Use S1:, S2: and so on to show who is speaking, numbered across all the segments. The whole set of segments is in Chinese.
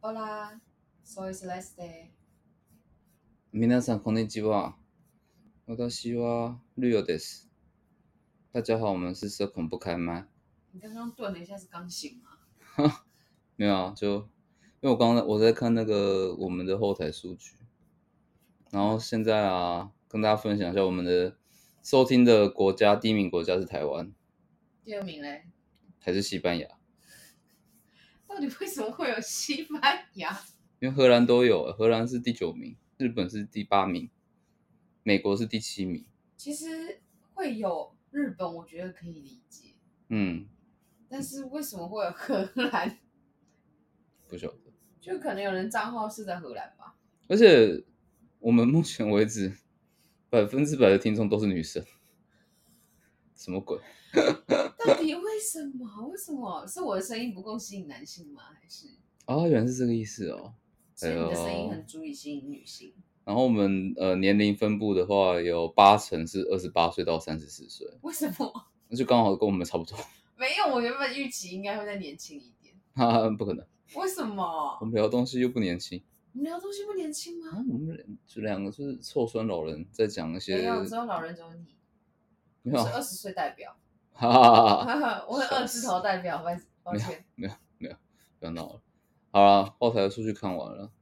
S1: Hola, soy Celeste。
S2: 皆さん、こんにちは。私は绿友です。大家好，我们是社恐不开麦。
S1: 你刚刚顿了一下，是刚醒吗？
S2: 没有啊，就因为我刚刚我在看那个我们的后台数据，然后现在啊，跟大家分享一下我们的收听的国家，第一名国家是台湾，
S1: 第二名嘞？
S2: 还是西班牙？
S1: 到底为什么会有西班牙？
S2: 因为荷兰都有，荷兰是第九名，日本是第八名，美国是第七名。
S1: 其实会有日本，我觉得可以理解，
S2: 嗯，
S1: 但是为什么会有荷兰？
S2: 不晓得。
S1: 就可能有人账号是在荷兰吧？
S2: 而且我们目前为止，百分之百的听众都是女生，什么鬼？
S1: 到底为什么？为什么是我的声音不够吸引男性吗？还是
S2: 哦，原来是这个意思哦。
S1: 所以你的声音
S2: 哎呦
S1: 很足以吸引女性？
S2: 然后我们呃年龄分布的话，有八成是二十八岁到三十四岁，
S1: 为什么？
S2: 那就刚好跟我们差不多。
S1: 没有，我原本预期应该会再年轻一点。
S2: 哈哈，不可能，
S1: 为什
S2: 我
S1: 么？
S2: 们聊东西又不年轻
S1: 你聊东西不年轻吗
S2: 啊？？我们两就两个就是臭酸老人在讲那些
S1: 没有，只有老人只有你，
S2: 没
S1: 我
S2: 有
S1: 是二十岁代表，
S2: 哈哈哈 哈，
S1: 我是二字头代表，抱歉抱歉。
S2: 不要闹了。好了，后台的数据看完了。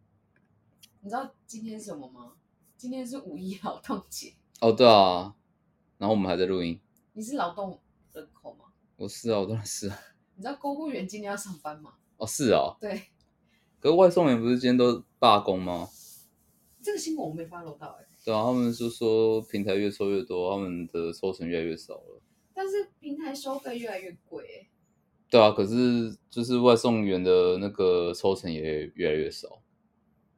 S1: 你知道今天是什么吗？今天是五一劳动节，
S2: 哦，对啊，然后我们还在录音。
S1: 你是劳动人口吗？
S2: 我是啊，我当然是啊。
S1: 你知道公务员今天要上班吗？
S2: 哦，是啊。
S1: 对，
S2: 可是外送员不是今天都罢工吗？
S1: 这个新闻我没发漏到哎、
S2: 对啊，他们就说平台越收越多，他们的抽成越来越少了。
S1: 但是平台收费越来越贵、欸，
S2: 对啊，可是就是外送员的那个抽成也越来越少。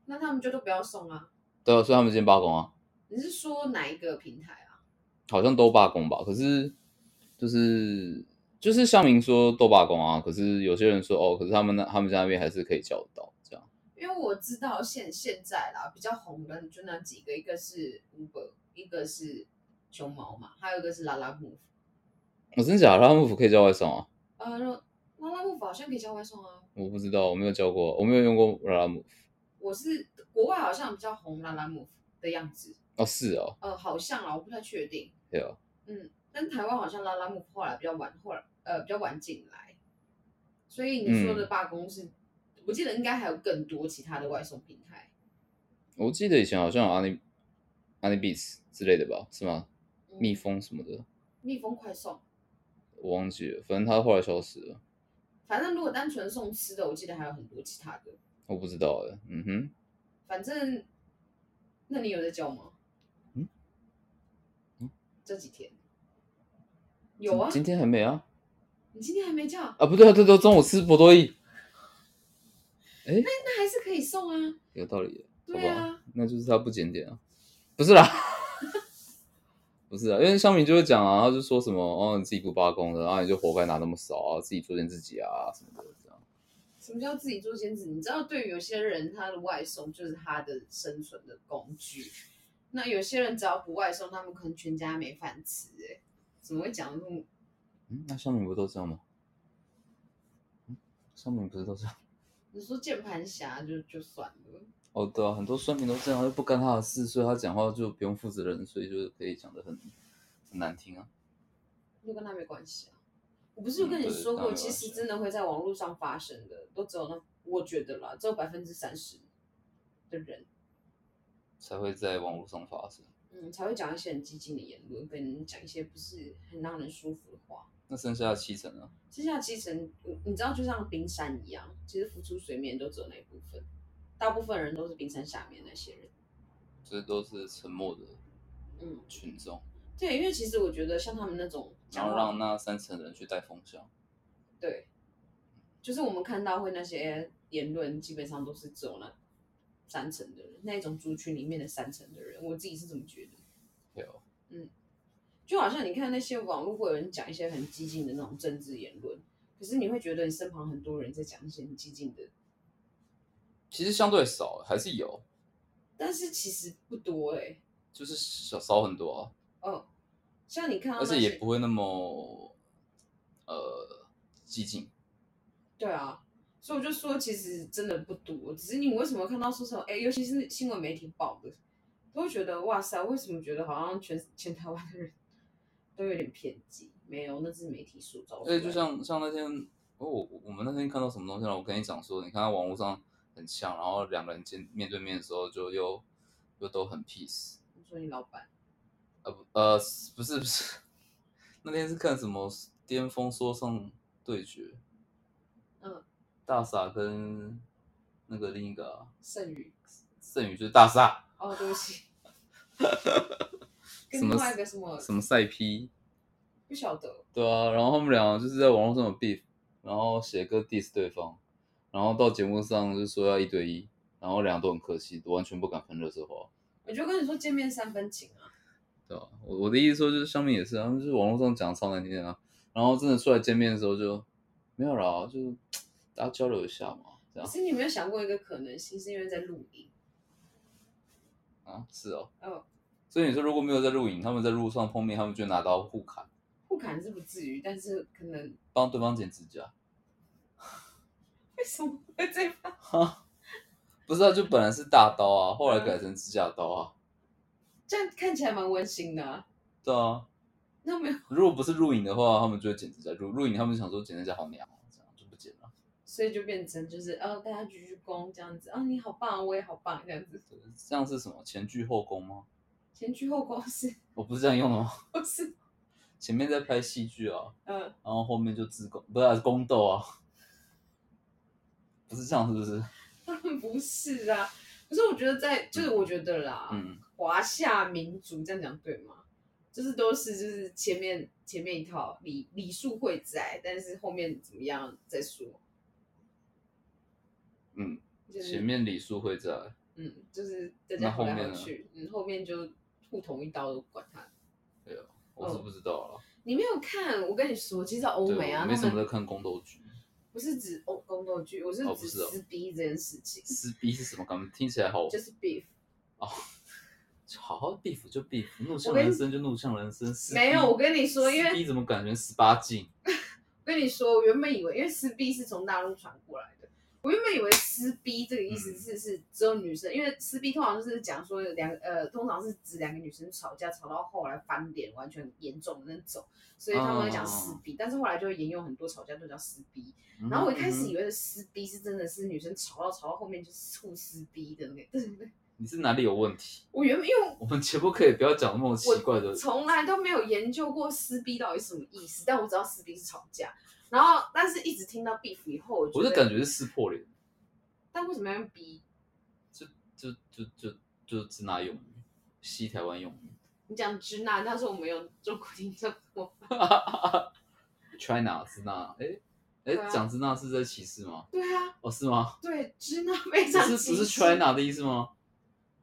S1: 那他们就都不要送啊。
S2: 对啊，所以他们今天罢工啊，
S1: 你是说哪一个平台啊？
S2: 好像都罢工吧？可是就是就是乡民说都罢工啊，可是有些人说哦，可是他们那他们家那边还是可以叫得到这样。
S1: 因为我知道现现在啦比较红的就那几个，一个是 Uber，一个是熊猫嘛，还有一个是拉拉木。
S2: 我、哦真假的？他们不可以叫外送啊？
S1: 呃，拉拉木好像可以叫外送啊。
S2: 我不知道，我没有叫过，我没有用过拉拉姆。
S1: 我是国外好像比较红拉拉木的样子，
S2: 哦，是哦，
S1: 呃，好像啊，我不太确定。
S2: 对啊，
S1: 嗯，但台湾好像拉拉木后来比较晚，后来呃比较晚进来，所以你
S2: 嗯
S1: 说的罢工是，我记得应该还有更多其他的外送平台。
S2: 我记得以前好像有 a n i a n i b e s 之类的吧？是吗？
S1: 嗯
S2: 蜜蜂什么的，
S1: 蜜蜂快送，
S2: 我忘记了，反正它后来消失了，
S1: 反正如果单纯送吃的，我记得还有很多其他的。
S2: 我不知道哎。嗯哼，
S1: 反正，那你有在叫吗？
S2: 嗯嗯，
S1: 这几天有啊，
S2: 今天还没啊？
S1: 你今天还没叫，
S2: 啊，不对啊，对对，中午吃博多意，
S1: 那还是可以送啊。
S2: 有道理，好
S1: 对
S2: 不
S1: 啊
S2: 好，？那就是它不检点啊，不是啦， 不是啊，因为香米就会讲啊，他就说什么哦，你自己不罢工的，然后你就活该拿那么少啊，自己作践自己啊什么的，这样
S1: 什么叫自己做兼职？你知道，对于有些人，他的外送就是他的生存的工具。那有些人只要不外送，他们可能全家没饭吃、哎，怎么会讲得这么？
S2: 嗯，那香米不都这样吗？嗯，香米不是都这样？
S1: 你说键盘侠就就算了，
S2: 哦，对啊，很多酸民都这样，他就不干他的事，所以他讲话就不用负责任，所以就是可以讲的很很难听啊。
S1: 就跟他没关系啊。我不是有
S2: 嗯
S1: 跟你
S2: 对
S1: 说
S2: 那
S1: 过，
S2: 没
S1: 其
S2: 关
S1: 实
S2: 系
S1: 真的会在网络上发生的，都只有那我觉得啦，只有百分之三十的人，
S2: 才会在网络上发生。
S1: 嗯，才会讲一些很激进的言论，跟讲一些不是很让人舒服的话。
S2: 那剩下的七成呢？
S1: 之下其实你你知道，就像冰山一样，其实浮出水面都只有那一部分，大部分人都是冰山下面那些人。
S2: 这都是沉默的
S1: 嗯，
S2: 群众，
S1: 对，因为其实我觉得像他们那种
S2: 然
S1: 讲
S2: 后
S1: 话，
S2: 让那三成人去带风向。
S1: 对，就是我们看到会那些言论，基本上都是只有那三成的人，那种族群里面的三成的人，我自己是这么觉得。嗯
S2: 有，
S1: 就好像你看那些网络会有人讲一些很激进的那种政治言论，可是你会觉得你身旁很多人在讲一些很激进的
S2: 其实相对少，还是有，
S1: 但是其实不多哎、欸。
S2: 就是少少很多啊，
S1: 哦，像你看到
S2: 而
S1: 那
S2: 且
S1: 些，
S2: 也不会那么呃激进。
S1: 对啊，所以我就说，其实真的不多，只是你为什么看到说什么，哎，尤其是新闻媒体报的，都会觉得哇塞，为什么觉得好像全全台湾的人都有点偏激？没有，那是媒体塑造出来
S2: 对，
S1: 的。
S2: 就像像那天，哦我我们那天看到什么东西了？我跟你讲说，你看到网络上很像，然后两个人见面对面的时候就又又都很 peace。
S1: 你说你老板，
S2: 呃不呃不是不是，那天是看什么巅峰说唱对决？
S1: 嗯，
S2: 大傻跟那个另一个啊
S1: 剩余，
S2: 剩宇就是大傻，
S1: 哦，对不 起，跟
S2: 什么
S1: 另外一个什么
S2: 什么赛批？
S1: 不晓得，
S2: 对啊，然后他们俩就是在网络上有 beef，然后写歌 diss 对方，然后到节目上就说要一对一，然后俩都很客气，完全不敢喷热色话。
S1: 我就跟你说见面三分情啊，
S2: 对吧、我我的意思说就是，上面也是啊，他们就是网络上讲超难听的啊，然后真的出来见面的时候就没有啦，就大家交流一下嘛，这
S1: 可
S2: 样
S1: 是你有没有想过一个可能性，是因为在录音，
S2: 啊，是哦。
S1: 哦，
S2: 所以你说如果没有在录影，他们在路上碰面，他们就拿刀互砍，
S1: 互砍是不至于，但是可能
S2: 帮对方剪指甲。
S1: 为什么会这样？
S2: 不是啊，就本来是大刀啊，后来改成指甲刀啊。
S1: 这样看起来蛮温馨的、啊。
S2: 对啊，
S1: 那没有，
S2: 如果不是录影的话，他们就会剪指甲。如录影，他们想说剪指甲好娘哦，这样就不剪了。
S1: 所以就变成就是哦，大家鞠鞠躬这样子，哦，你好棒，我也好棒这样子，
S2: 这样是什么？前倨后恭吗？
S1: 前鞠后躬是
S2: 我不是这样用的吗？
S1: 不是？
S2: 前面在拍戏剧啊，
S1: 呃，
S2: 然后后面就自宫，不是、啊、宫斗啊，不是这样是不是？
S1: 当然不是啊。可是我觉得在，就是我觉得啦，
S2: 嗯，
S1: 华夏民族这样讲对吗？就是都是就是前面前面一套礼礼数会在，但是后面怎么样再说。
S2: 嗯，
S1: 就是
S2: 前面礼数会在，
S1: 嗯，就是大家
S2: 那后
S1: 回
S2: 面
S1: 来回
S2: 呢
S1: 去，嗯，后面就互捅一刀，管他。
S2: 我是不知道啊。
S1: 你没有看？我跟你说，其实欧
S2: 对，
S1: 美啊，
S2: 我没
S1: 他
S2: 什么
S1: 们
S2: 在看宫斗剧。
S1: 不是指欧宫斗剧，我是
S2: 哦不
S1: 指
S2: 是哦哦
S1: 撕逼这件事情，
S2: 撕逼是什么感觉？听起来好，
S1: 就是 beef。
S2: 好好 beef 就 beef，怒向
S1: 我跟
S2: 人生就怒向人生。撕逼
S1: 没有，我跟你说，因为
S2: 撕逼怎么感觉十八禁？
S1: 我跟你说，我原本以为，因为撕逼是从大陆传过来的，我原本以为撕逼这个意
S2: 嗯
S1: 思是、是只有女生，因为撕逼通常就是讲说两呃，通常是指两个女生吵架，吵到后来翻脸，完全严重的那种，所以他们会
S2: 啊
S1: 讲撕逼，但是后来就会沿用很多吵架都叫撕逼。然后我一开始
S2: 嗯
S1: 以为的撕逼是真的是女生吵到吵到后面就是互撕逼的那个，
S2: 你是哪里有问题？
S1: 我原本因为
S2: 我们节目可以不要讲那么奇怪的
S1: 我。从来都没有研究过撕逼到底什么意思，但我知道撕逼是吵架。然后，但是一直听到 beef 以后，我觉
S2: 我
S1: 得
S2: 是感觉是撕破脸，
S1: 但为什么要用 B？
S2: 就就就就只拿用语，西台湾用语
S1: 你讲直男，他说我们有中国听众，我
S2: ，China 支那，哎
S1: 对啊
S2: 哎，讲支那是在歧视吗？
S1: 对啊，
S2: 哦，是吗？
S1: 对，直男非
S2: 不
S1: 常
S2: 是
S1: 歧
S2: 不是
S1: 视
S2: China 的意思吗？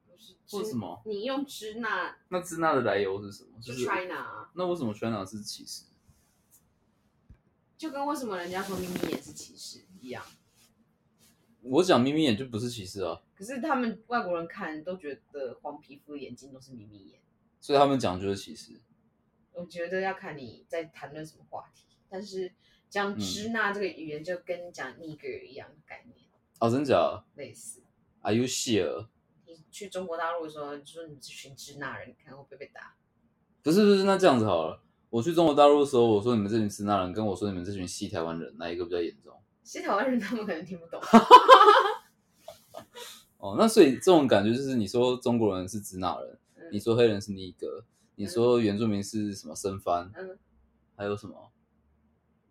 S1: 不是
S2: 为什
S1: 直，
S2: 么？
S1: 你用直男
S2: 那支那的来由是什么？
S1: 就是 China，啊
S2: 那为什么 China 是歧视？
S1: 就跟为什么人家说咪咪也是歧视一样，
S2: 我讲眯眯眼就不是歧视啊，
S1: 可是他们外国人看都觉得黄皮肤眼睛都是咪咪眼。
S2: 所以他们讲就是歧视。
S1: 我觉得要看你在谈论什么话题，但是讲
S2: 嗯
S1: 支那这个语言就跟讲 nigger 一样的概念，
S2: 哦，真假的
S1: 类似。
S2: ？Are you sure？
S1: 你去中国大陆的时候，你就说你这群支那人，看会不会被打？
S2: 不是不是，那这样子好了。我去中国大陆的时候，我说你们这群支那人，跟我说你们这群西台湾人，哪一个比较严重？
S1: 其实台湾人 他们可能听不懂，
S2: 哦，那所以这种感觉就是，你说中国人是支那人，
S1: 嗯
S2: 你说黑人是尼格，你说原住民是什么生番，
S1: 嗯，
S2: 还有什么，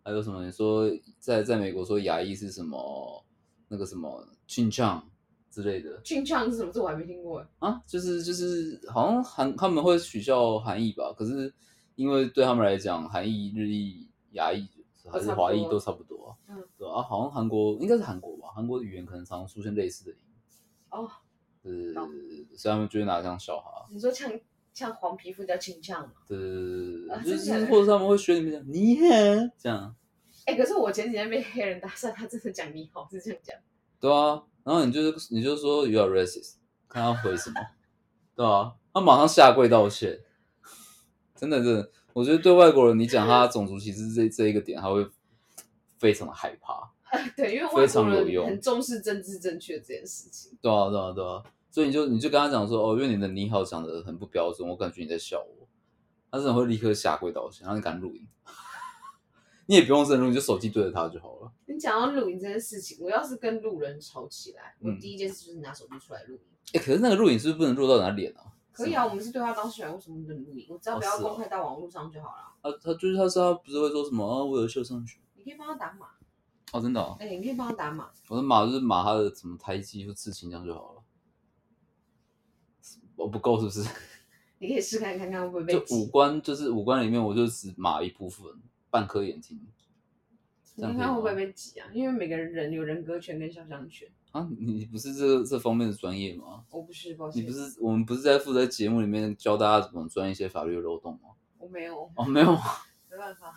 S2: 还有什么？你说在在美国说亚裔是什么，那个什么 c h i n c h a n g 之类的
S1: 群唱是什么？这我还没听过。
S2: 啊，就是就是好像韩他们会取笑韩裔吧，可是因为对他们来讲，韩裔、日裔、亚裔还是华裔
S1: 都
S2: 都差不多啊，
S1: 嗯
S2: 对啊，好像韩国应该是韩国吧，韩国语言可能常常出现类似的音，
S1: 哦，
S2: 对对对
S1: 懂
S2: 对对对，所以他们就会拿这样笑哈。
S1: 你说像像黄皮肤叫群唱吗？
S2: 对对
S1: 啊
S2: 对，就
S1: 真假
S2: 是
S1: 的
S2: 或者他们会学你们讲你好这样，
S1: 哎、可是我前几天被黑人搭讪，他真的讲你好是这样讲，
S2: 对啊，然后你就是你就说 you are racist，看他回什么，对啊，他马上下跪道歉，真的真的，我觉得对外国人你讲他种族歧视这这一个点，他会非常的害怕，
S1: 对，因为
S2: 非
S1: 外
S2: 常
S1: 国
S2: 有用
S1: 人很重视政治正确这件事情。
S2: 对啊，对啊，对啊。所以你就你就跟他讲说，哦，因为你的你好讲的很不标准，我感觉你在笑我。他真的会立刻下跪道歉，然后你敢录音， 你也不用真的录，你就手机对着他就好了。
S1: 你讲到录影这件事情，我要是跟路人吵起来，我
S2: 嗯
S1: 第一件事就是拿手机出来录影。
S2: 哎、可是那个录影是不是不能录到人家脸啊？
S1: 可以啊，我们是对话当事人，为什么不能录影？我只要
S2: 哦
S1: 不要
S2: 是哦
S1: 公开到网络上就好了。
S2: 他他就是他说他不是会说什么啊，我有秀上去
S1: 你可以帮他打码，
S2: 哦，真的、哦，
S1: 哎、你可以帮他打码，
S2: 我的码就是码他的什么胎记或刺青这样就好了。我不够是不是？
S1: 你可以试看看看会不会被
S2: 就五
S1: 挤，
S2: 官就是五官里面，我就只码一部分，半颗眼睛这
S1: 你
S2: 样
S1: 看
S2: 可以
S1: 看会不会
S2: 吗
S1: 被挤啊？因为每个人有人格权跟肖像权，
S2: 啊。你不是这这方面的专业吗？
S1: 我不是，抱歉，
S2: 你不是我们不是在负责节目里面教大家怎么钻一些法律的漏洞吗？
S1: 我没有，
S2: 哦，没有吗
S1: 没办法，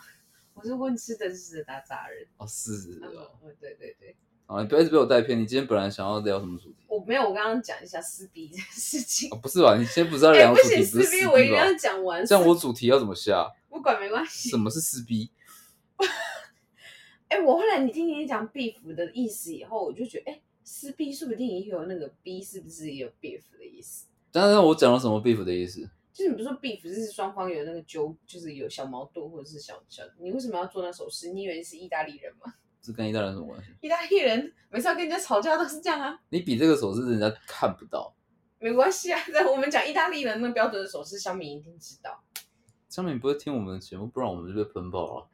S1: 我是混吃等死的打杂人。
S2: 哦，是
S1: 嗯
S2: 哦，
S1: 嗯对对对，
S2: 啊，你不要一直被我带偏。你今天本来想要聊什么主题？
S1: 我没有，我刚刚讲一下撕逼这件事 情
S2: 哦，。不是吧？你今天不是要
S1: 哎、
S2: 聊
S1: 不
S2: 主题，
S1: 行，撕
S2: 不是撕
S1: 逼我一
S2: 逼
S1: 定要
S2: 吧？
S1: 讲完，
S2: 这样我主题要怎么下？
S1: 不管没关系
S2: 什。么是撕逼？
S1: 哎、我后来你听你讲 beef 的意思以后，我就觉得，哎、撕逼说不定也有那个 b 是不是也有 beef 的意思？
S2: 但是我讲了什么 beef 的意思？
S1: 就是你不是说 beef 就是双方有那个纠，就是有小矛盾或者是小小，你为什么要做那首诗？你以为你是意大利人吗？
S2: 这跟意大利有什么关系？
S1: 意大利人每次要跟人家吵架都是这样啊，
S2: 你比这个手势，人家看不到。
S1: 没关系啊。 但我们讲意大利人那标准的手势，小米一定知道。
S2: 上面不会听我们的节目，不然我们就被喷爆了。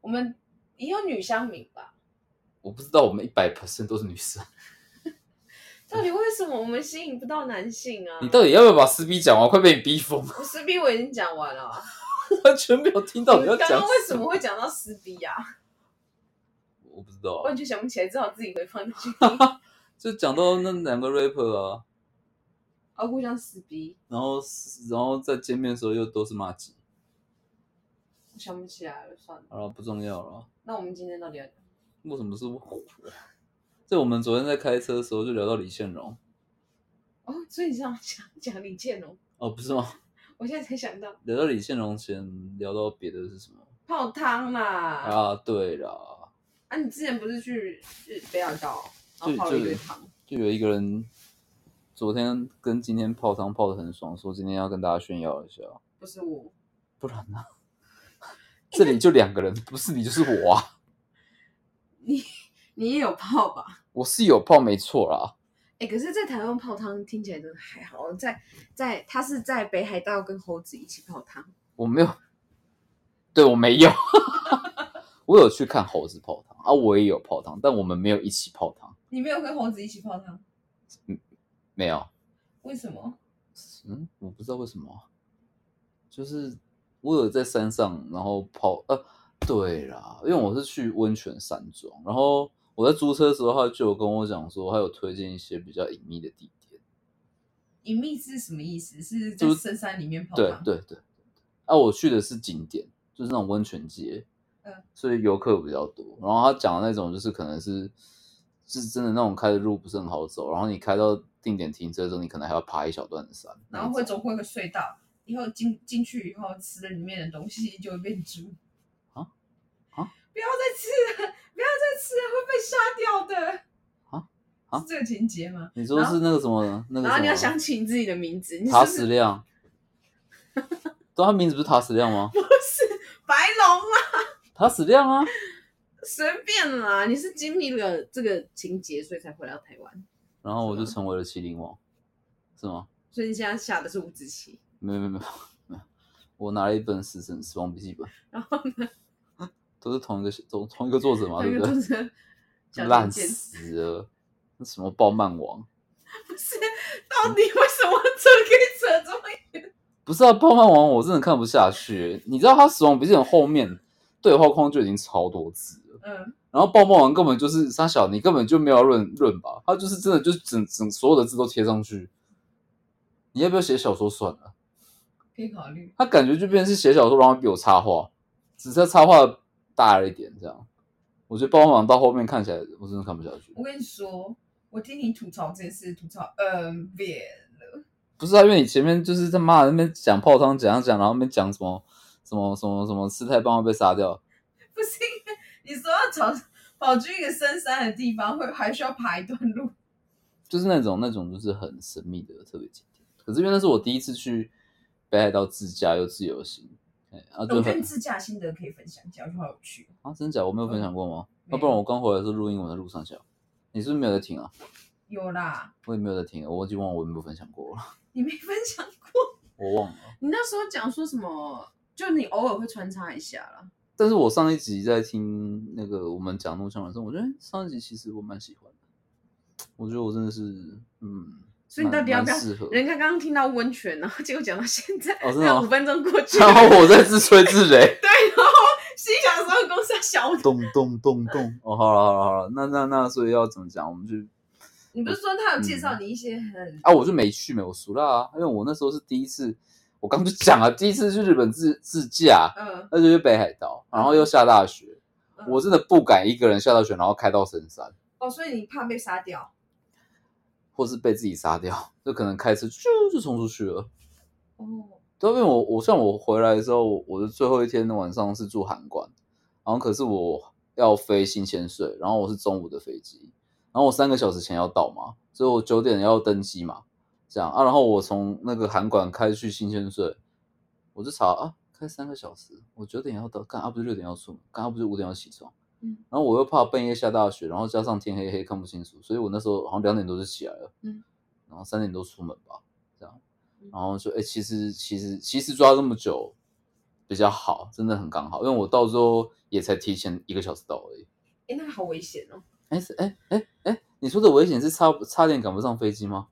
S1: 我们也有女乡民吧？
S2: 我不知道我们一百 percent 都是女生，
S1: 到底为什么我们吸引不到男性啊？
S2: 你到底要不要把撕逼讲完？快被你逼疯了，
S1: 我撕逼我已经讲完了啊、
S2: 完全没有听到你
S1: 你
S2: 要
S1: 刚
S2: 讲
S1: 刚为什
S2: 么？
S1: 么会讲到撕啊逼呀、
S2: 我不知道
S1: 完
S2: 啊，
S1: 全想不起来，只好自己回放去 听。
S2: 就讲到那两个 rapper 啊，
S1: 啊，互相撕逼，
S2: 然后然后在见面的时候又都是骂街，
S1: 我想不起来了，算了。
S2: 好了，不重要了。
S1: 那我们今天到底要……
S2: 为什么是我？在我们昨天在开车的时候就聊到李现荣，
S1: 哦，所以你这样讲讲李建荣，
S2: 哦，不是吗？
S1: 我现在才想到
S2: 聊到李现荣前，聊到别的是什么？
S1: 泡汤啦。啊，啊
S2: 啊，对啦，
S1: 你之前不是去日北海道，然后
S2: 就
S1: 泡了
S2: 就
S1: 一堆汤，
S2: 就有一个人昨天跟今天泡汤泡的很爽，说今天要跟大家炫耀一下，
S1: 不是我。
S2: 不然呢、 这里就两个人，不是你就是我啊，
S1: 你也有泡吧？
S2: 我是有泡没错啦，
S1: 哎、可是，在台湾泡汤听起来真的还好，在在他是在北海道跟猴子一起泡汤，
S2: 我没有，对我没有， 我有去看猴子泡汤啊，我也有泡汤，但我们没有一起泡汤，
S1: 你没有跟猴子一起泡汤，
S2: 没有，
S1: 为什么？
S2: 嗯，我不知道为什么啊，就是我有在山上，然后跑，呃，对啦，因为我是去温泉山庄，然后我在租车的时候，他就有跟我讲说，他有推荐一些比较隐秘的地点，
S1: 隐秘是什么意思？是
S2: 就
S1: 在
S2: 是
S1: 深山里面泡
S2: 对
S1: 汤？
S2: 对对，啊，我去的是景点，就是那种温泉街，
S1: 嗯，
S2: 所以游客比较多，然后他讲的那种就是可能是是真的那种开的路不是很好走，然后你开到定点停车的时候，你可能还要爬一小段的山，那
S1: 然后
S2: 一
S1: 会
S2: 种
S1: 走过一个隧道，以后进进去以后吃了里面的东西就会变猪。
S2: 啊啊！
S1: 不要再吃了，不要再吃了，会被杀掉的。
S2: 啊啊
S1: 是这个情节吗？
S2: 你说
S1: 然后
S2: 是那个什么那个
S1: 然后你要
S2: 什么
S1: 想起你自己的名字，你是
S2: 塔
S1: 不是
S2: 矢亮，对，他名字不是塔矢 亮吗？
S1: 白龙啊？
S2: 塔矢亮啊，
S1: 随便啦，你是经历了这个情节，所以才回到台湾，
S2: 然后我就成为了麒麟王，是吗？
S1: 所以你现在下的是五子棋。
S2: 没有没有没有没有， 我拿了一本《死神死亡笔记本》，
S1: 然后呢，
S2: 都是同一个同同一个作者嘛，
S1: 那
S2: 对
S1: 个
S2: 不
S1: 就
S2: 对？
S1: 是小
S2: 烂
S1: 贱贱
S2: 死了，那什么暴漫王？
S1: 不是，到底为什么这可以扯这 么
S2: 不是啊，暴漫王我真的看不下去。你知道他《死亡笔记本》后面对话框就已经超多字了。
S1: 嗯？
S2: 然后暴漫王根本就是沙小，你根本就没有要论论吧？他就是真的就是整整所有的字都贴上去。你要不要写小说算了？
S1: 可以考虑。
S2: 他感觉就变成是写小说，然后比我插画，只是他插画大了一点这样。我觉得暴漫王到后面看起来我真的看不下去。
S1: 我跟你说，我听你吐槽这件事，吐槽
S3: 呃
S1: N 遍了。
S2: 不是啊，因为你前面就是他妈的那边讲泡汤讲讲，然后那边讲什么什么什么什么吃太棒会被杀掉，
S1: 不是因为你说要吵，
S3: 跑去一个深山的地方，会还需要爬一段路。
S2: 就是那种那种就是很神秘的特别景点。可是因为那是我第一次去北海道自驾又自由行，哎，啊
S3: 我
S2: 就
S3: 觉得你
S2: 很
S3: 自驾心得可以分享一下，我觉得好有趣。
S2: 啊真假我没有
S1: 嗯
S2: 分享过吗？啊
S3: 没有
S2: 要、不然我刚回来是录音，我在路上讲，你是不是没有在听啊？
S3: 有啦，
S2: 我也没有在听，我忘记忘了我有没有分享过了，
S3: 你没分享过，
S2: 我忘了。
S1: 你那时候讲说什么？就你偶尔会穿插一下啦。
S2: 但是我上一集在听那个我们讲录像软生，我觉得上一集其实我蛮喜欢的，我觉得我真的是嗯，
S1: 所以你到底要不要
S2: 蛮适合？
S1: 人家刚刚听到温泉，然后结果讲到现在，
S2: 哦真的
S1: 那
S2: 吗
S1: 五分钟过去，
S2: 然后我在自吹自擂，
S1: 心想说公司要小我。
S2: 咚咚咚咚。哦，好了好了好了，那那那所以要怎么讲？我们就
S3: 你不是说他有介
S2: 嗯
S3: 绍你一些很
S2: 啊，我就没去美国熟啦、啊，因为我那时候是第一次，我刚就讲了，第一次去日本自自驾，
S3: 嗯
S2: 那就去北海道，然后又下大雪，
S3: 嗯
S2: 我真的不敢一个人下大雪，然后开到深山。
S3: 哦，所以你怕被杀掉？
S2: 或是被自己杀掉，就可能开车咻就冲出去了。
S3: 哦，
S2: 对，因为我我像我回来的时候，我我的最后一天的晚上是住函馆，然后可是我要飞新千岁，然后我是中午的飞机，然后我三个小时前要到嘛，所以我九点要登机嘛，这样啊，然后我从那个函馆开去新千岁，我就查啊，开三个小时，我九点要到，干啊不是六点要出门，干啊不是五点要起床，
S3: 嗯，
S2: 然后我又怕半夜下大雪，然后加上天黑黑看不清楚，所以我那时候好像两点多就起来了，
S1: 嗯，
S2: 然后三点多出门吧，这样，然后就哎、诶其实其实其实抓这么久比较好，真的很刚好，因为我到时候也才提前一个小时到而已。
S3: 哎，那好危险哦。
S2: 哎是哎哎哎，你说的危险是差不差点赶不上飞机吗？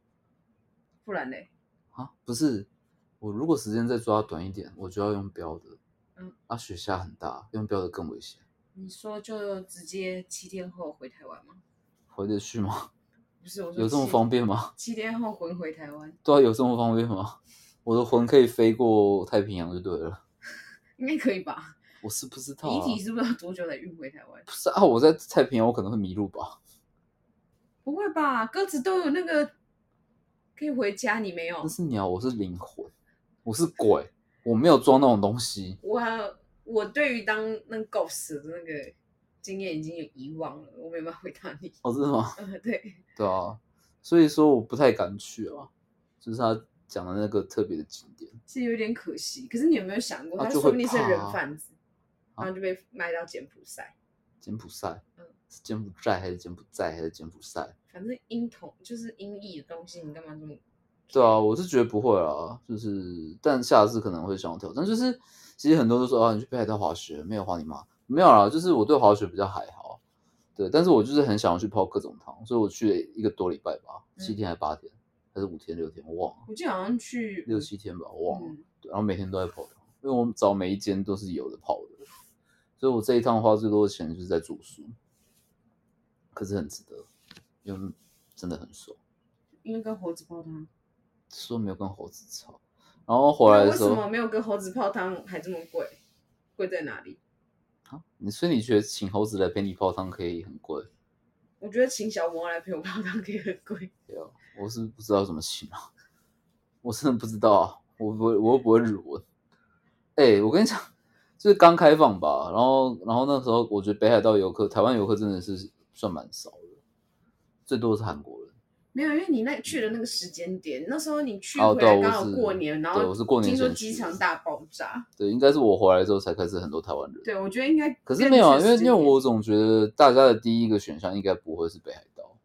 S1: 不然嘞，
S2: 啊，不是，我如果时间再抓短一点，我就要用标的。
S1: 嗯，
S2: 啊，雪下很大，用标的更危险，
S1: 你说就直接七天后回台湾吗？
S2: 回得去吗？
S1: 不是，我说
S2: 有这么
S1: 七
S2: 方？便吗？
S1: 七天后滚回台湾，
S2: 对啊，有这么方便吗？我的魂可以飞过太平洋就对了，
S1: 应该可以吧？
S2: 我是不知道、
S1: 遗
S2: 啊。
S1: 体是不是要多久才运回台湾？
S2: 不是啊，我在太平洋我可能会迷路吧？
S1: 不会吧？鸽子都有那个可以回家，你没有
S2: 那？是鸟，我是灵魂，我是鬼，我没有装那种东西。
S1: 我我对于当那个 ghost 的那个经验已经有遗忘了，我没办法回答你。
S2: 哦，真的吗？
S1: 呃， 对，
S2: 对啊，所以说我不太敢去啊，就是他讲的那个特别的景点。
S1: 是有点可惜。可是你有没有想过，
S2: 啊
S1: 他
S2: 就
S1: 说不
S2: 会
S1: 定是
S2: 怕
S1: 人
S2: 啊
S1: 贩子，然后就被卖到柬埔寨。
S2: 柬埔寨
S1: 嗯，
S2: 是柬埔寨还是柬埔寨还是柬埔寨？
S1: 反正音同就是音译的东西，你干嘛这么？
S2: 对啊，我是觉得不会啊，就是但下次可能会想要挑战。就是其实很多都说啊，你去北海道滑雪，没有滑你妈，没有啦，就是我对滑雪比较还好，对，但是我就是很想要去泡各种汤，所以我去了一个多礼拜吧，七
S1: 嗯
S2: 天还八天，还是五天六天，我忘了，
S1: 我记得好像去
S2: 六七天吧，我忘了。
S1: 嗯，
S2: 对然后每天都在泡汤，因为我们找每一间都是有的泡的，所以我这一趟花最多的钱就是在住宿，可是很值得，因为真的很爽。
S1: 因为跟猴子泡汤。
S2: 说没有跟猴子吵，然后回来
S1: 那
S2: 的
S1: 为
S2: 时
S1: 什么
S2: 候
S1: 没有跟猴子泡汤还这么贵？贵在哪里？
S2: 啊，你所以你觉得请猴子来陪你泡汤可以很贵？
S1: 我觉得请小魔来陪我泡汤可以很贵。
S2: 对啊，我是不知道怎么请啊，我真的不知道啊，我不会，我又不会日文。哎、我跟你讲，就是刚开放吧，然后然后那时候我觉得北海道游客，台湾游客真的是算蛮少的，最多是韩国人。
S1: 没有，因为你那去的那个时间点，那时候你去
S2: 哦
S1: 回
S2: 对
S1: 来
S2: 我
S1: 刚好
S2: 是
S1: 过年，然
S2: 对
S1: 后
S2: 我是过年
S1: 听说
S2: 前去
S1: 机
S2: 的
S1: 场大爆炸。
S2: 对，应该是我回来之后才开始很多台湾人。
S1: 对，我觉得应该。
S2: 可是没有啊，因为因为
S1: 我。
S2: 我总觉得大家的第一个选项应该不会是北海道，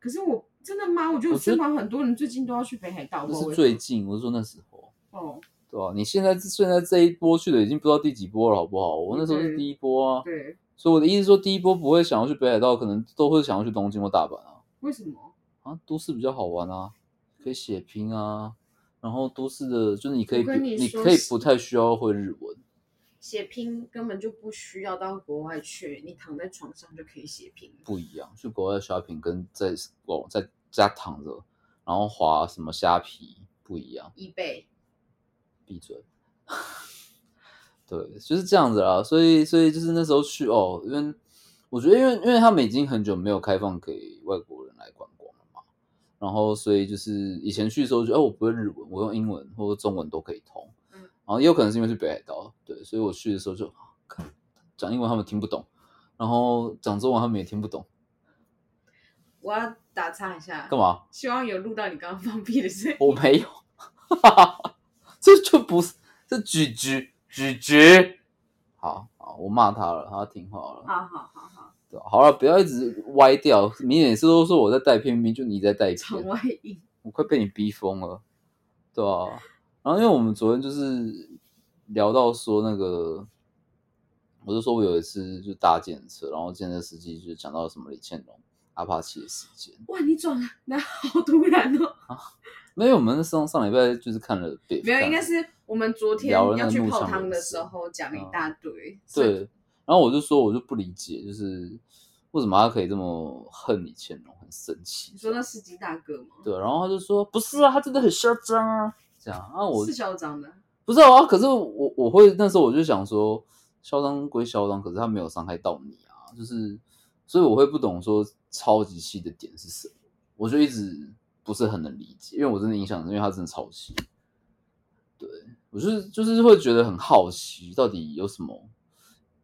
S1: 可是我真的吗？我觉得我
S2: 我觉
S1: 身
S2: 得
S1: 旁很多人最近都要去北海道，
S2: 不
S1: 我
S2: 是最近，我是说那时候。
S1: 哦，
S2: 对啊，你现在现在这一波去的已经不知道第几波了，好不好？我那时候是
S1: 嗯
S2: 第一波啊，
S1: 对，
S2: 所以我的意思是说，第一波不会想要去北海道，可能都会想要去东京或大阪啊，
S1: 为什么？
S2: 啊，都市比较好玩啊，可以血拼啊，然后都市的就是你可以
S1: 我
S2: 不
S1: 跟
S2: 你
S1: 你说
S2: 可以
S1: 是
S2: 不太需要会日文，
S1: 血拼根本就不需要到国外去，你躺在床上就可以血拼。
S2: 不一样，去国外 shopping 跟在网在家躺着，然后滑什么虾皮不一样。
S1: 一倍，
S2: 闭嘴。对，就是这样子啦。所以，所以就是那时候去哦，因为我觉得，因为因为他们已经很久没有开放给外国人来观光了嘛，然后所以就是以前去的时候就，哎，我不会日文，我用英文或者中文都可以通。
S1: 嗯
S2: 然后也有可能是因为是北海道，对，所以我去的时候就啊看讲英文他们听不懂，然然后讲中文他们也听不懂，
S1: 我要打岔一下，
S2: 干嘛？
S1: 希望有录到你刚刚放屁的 声音。
S2: 我没有，这就不是这举举举举，好好，我骂他了，他听话了，
S1: 好好好好，
S2: 对吧好了，不要一直歪掉，明显是都说我在带偏，明明就你在带
S1: 场
S2: 偏，
S1: 外音。
S2: 我快被你逼疯了，对啊，然后因为我们昨天就是聊到说那个，我就说我有一次就搭建车，然后建车司机就讲到什么李倩龙、阿帕奇的事件，
S1: 哇，你转了，那好突然哦。
S2: 没有，我们上上礼拜就是看了，
S1: 没有，应该
S2: 是。
S1: 是我们昨天
S2: 聊了那
S1: 要去
S2: 路
S1: 泡
S2: 上
S1: 汤
S2: 的
S1: 的
S2: 事
S1: 时候讲一大堆。所以
S2: 对，，然后我就说，我就不理解，就是为什么他可以这么恨李乾隆，很生气
S1: 你。说那司机大哥吗？
S2: 对，然后他就说，不是啊，他真的很嚣张啊，这样啊，我
S1: 是嚣张的，
S2: 不知道啊，可是我我会那时候我就想说，嚣张归嚣张，可是他没有伤害到你啊，就是，所以我会不懂说超级气的点是什么，我就一直不是很能理解，因为我真的影响，因为他真的超气，对我就是就是会觉得很好奇，到底有什么，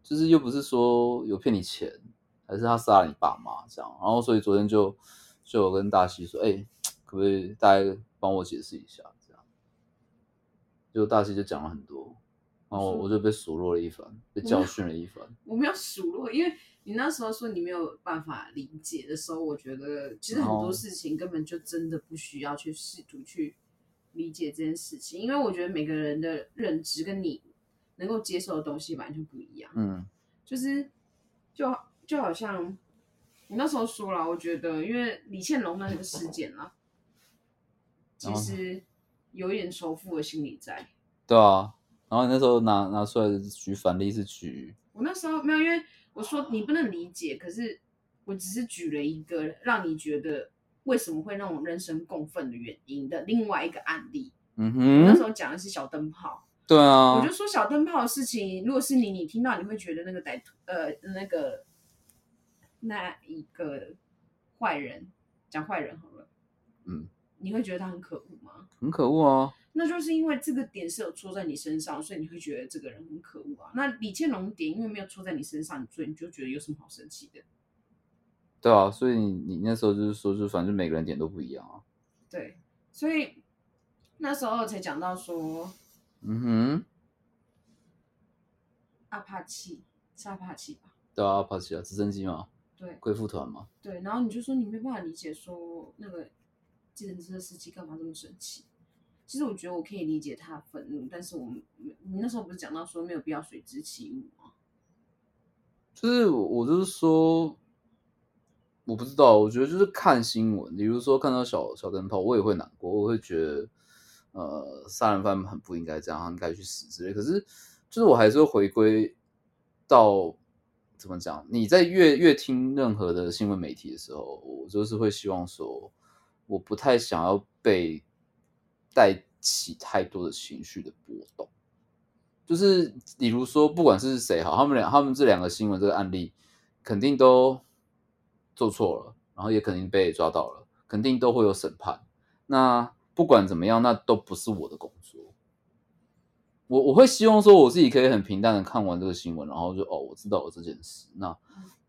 S2: 就是又不是说有骗你钱，还是他杀了你爸妈这样，然后所以昨天就就有跟大西说，哎、可不可以大家帮我解释一下这样。就大西就讲了很多，然后我
S1: 是
S2: 我就被数落了一番，被教训了一番。
S1: 我没有数落，因为你那时候说你没有办法理解的时候，我觉得其实很
S2: 哦
S1: 多事情根本就真的不需要去试图去理解这件事情，因为我觉得每个人的认知跟你能够接受的东西完全不一样。
S2: 嗯
S1: 就是就好就好像你那时候说了，我觉得因为李倩龙那个事件啊，其
S2: 然后呢
S1: 实有一点仇富的心理在。
S2: 对啊。然后你那时候拿拿出来的举反例是举，
S1: 我那时候没有，因为我说你不能理解，可是我只是举了一个让你觉得为什么会那种人神共愤的原因的另外一个案例。
S2: 嗯
S1: 我那时
S2: 哼，
S1: 候讲的是小灯泡，
S2: 对啊
S1: 我就，说小灯泡的事情，如果是你，你听到你会觉得那个歹徒，呃，那个那一个坏人，讲坏人好了，
S2: 嗯，
S1: 你会觉得他很可恶吗？
S2: 很可恶啊。
S1: 那就是因为这个点是有戳在你身上，所以你会觉得这个人很可恶啊。那李倩龙点因为没有戳在你身上，所以你就觉得有什么好生气的？
S2: 对啊，所以你你那时候就是说，就是反正每个人点都不一样啊。
S1: 对，所以那时候才讲到说
S2: 嗯哼，
S1: 阿帕奇是阿帕奇吧？
S2: 对啊，帕奇啊，直升机嘛，
S1: 对，
S2: 贵妇团嘛，
S1: 对，然后你就说你没办法理解说那个计程车司机干嘛这么生气。其实我觉得我可以理解他的愤怒，但是我们你那时候不是讲到说没有必要随之起舞吗？
S2: 就是我我就是说，我不知道，我觉得就是看新闻，比如说看到小小灯泡，我也会难过，我会觉得，呃，杀人犯很不应该这样，他应该去死之类。可是，就是我还是会回归到怎么讲？你在越越听任何的新闻媒体的时候，我就是会希望说，我不太想要被带起太多的情绪的波动。就是比如说，不管是谁好，他们俩他们这两个新闻这个案例，肯定都做错了，然后也肯定被抓到了，肯定都会有审判。那不管怎么样，那都不是我的工作。我我会希望说，我自己可以很平淡的看完这个新闻，然后就哦，我知道了这件事。那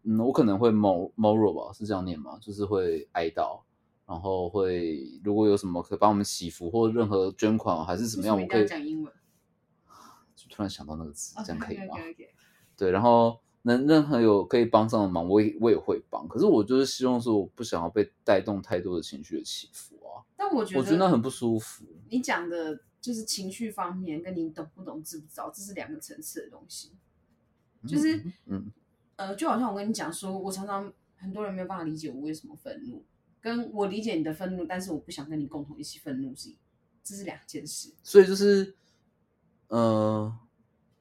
S2: 嗯，我可能会 mo moral 吧，是这样念吗？就是会哀悼，然后会如果有什么可以帮我们祈福或任何捐款还是怎么样，
S1: 为
S2: 我
S1: 什么
S2: 可
S1: 一定要
S2: 以
S1: 讲英文，
S2: 就突然想到那个
S1: 哦
S2: 词，这样可以吗？
S1: o k
S2: 对，然后能任何有可以帮上的忙，我也我也会帮。可是我就是希望说，我不想要被带动太多的情绪的起伏啊，
S1: 但我觉
S2: 我
S1: 得
S2: 觉得那很不舒服。
S1: 你讲的就是情绪方面，跟你懂不懂、知不知道，这是两个层次的东西。就是
S2: 嗯嗯，
S1: 呃，就好像我跟你讲说，我常常很多人没有办法理解我为什么愤怒，跟我理解你的愤怒，但是我不想跟你共同一起愤怒是一，这是两件事。
S2: 所以就是，呃，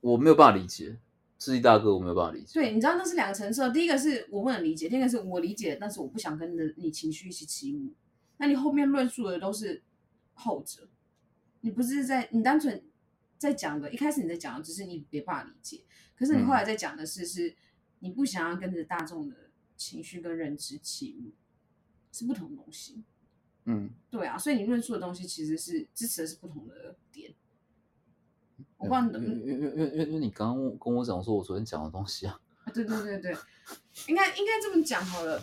S2: 我没有办法理解，司机大哥，我没有办法理解。
S1: 对，你知道那是两个层次哦。第一个是我不能理解，第二个是我理解，但是我不想跟着你情绪一起起舞。那你后面论述的都是后者，你不是在你单纯在讲的，一开始你在讲的只是你没办法理解，可是你后来在讲的是，是你不想要跟着大众的情绪跟认知起舞，是不同的东西。
S2: 嗯，
S1: 对啊，所以你论述的东西其实是支持的是不同的点。我不知道你懂
S2: 嗯因为因为因为因为因为你刚刚跟我讲说，我昨天讲的东西啊，
S1: 啊对对对对，应该应该这么讲好了。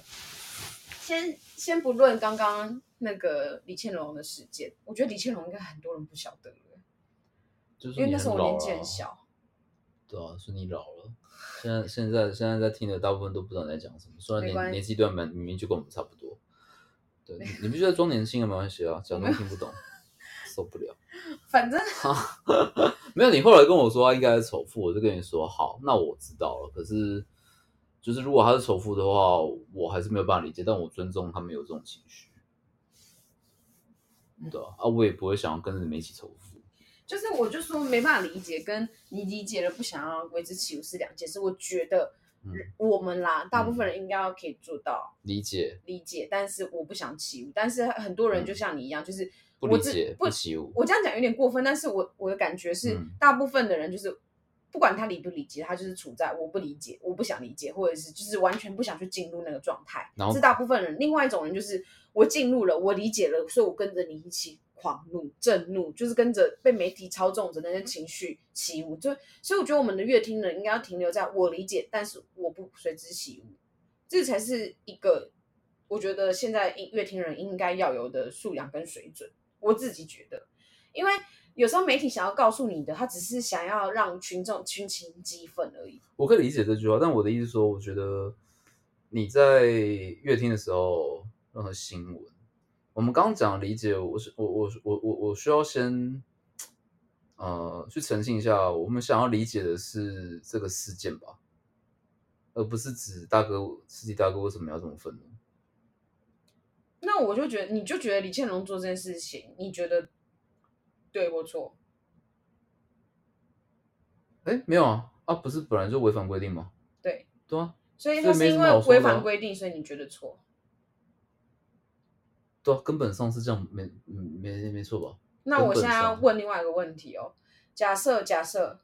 S1: 先先不论刚刚那个李倩蓉的事件，我觉得李倩蓉应该很多人不晓得了，
S2: 就是
S1: 因为
S2: 你
S1: 那时候
S2: 很
S1: 我
S2: 老
S1: 年纪
S2: 了啊
S1: 很，小。
S2: 对啊，是你老了。现在现在现在在听的大部分都不知道你在讲什么，虽然
S1: 没关
S2: 年
S1: 系
S2: 年纪段蛮明明就跟我们差不多，对，你你必须在装年轻也没关系啊，假装听不懂，受 不了。
S1: 反正
S2: 没有，你后来跟我说他应该是首富，我就跟你说好，那我知道了。可是，就是如果他是首富的话，我还是没有办法理解，但我尊重他们有这种情绪。
S1: 嗯
S2: 对啊，啊我也不会想要跟着你们一起首富。
S1: 就是我就说没办法理解，跟你理解了不想要为之起舞是两件事。我觉得
S2: 嗯
S1: 我们啦，大部分人应该要可以做到
S2: 理解
S1: 理解，但是我不想起舞。但是很多人就像你一样，就是
S2: 嗯不
S1: 我
S2: 理
S1: 只
S2: 解
S1: 不
S2: 不起舞，
S1: 我这样讲有点过分，但是我我的感觉是
S2: 嗯，
S1: 大部分的人就是不管他理不理解，他就是处在我不理解、我不想理解，或者是就是完全不想去进入那个状态
S2: 然后。
S1: 是大部分人。另外一种人就是我进入了，我理解了，所以我跟着你一起狂怒、震怒，就是跟着被媒体操纵着那些情绪起舞。就所以我觉得我们的乐听人应该要停留在我理解，但是我不随之起舞，这才是一个。我觉得现在音乐听人应该要有的素养跟水准，我自己觉得。因为有时候媒体想要告诉你的，他只是想要让群众群情激愤而已。
S2: 我可以理解这句话，但我的意思是说，我觉得你在乐听的时候，任何新闻，我们刚刚讲的理解，我是我我我我我需要先呃去澄清一下，我们想要理解的是这个事件吧，而不是指大哥司机大哥为什么要这么愤怒。
S1: 那我就觉得，你就觉得李倩蓉做这件事情，你觉得对或错？
S2: 哎，没有啊，啊不是本来就违反规定吗？
S1: 对，
S2: 对啊，
S1: 所以
S2: 所
S1: 他
S2: 以没
S1: 是
S2: 什
S1: 因
S2: 么
S1: 为
S2: 好说的哦
S1: 违反规定，所以你觉得错。
S2: 对啊，根本上是这样，没嗯没没错吧？
S1: 那我
S2: 根本
S1: 现在要
S2: 上
S1: 问另外一个问题哦，假设假设，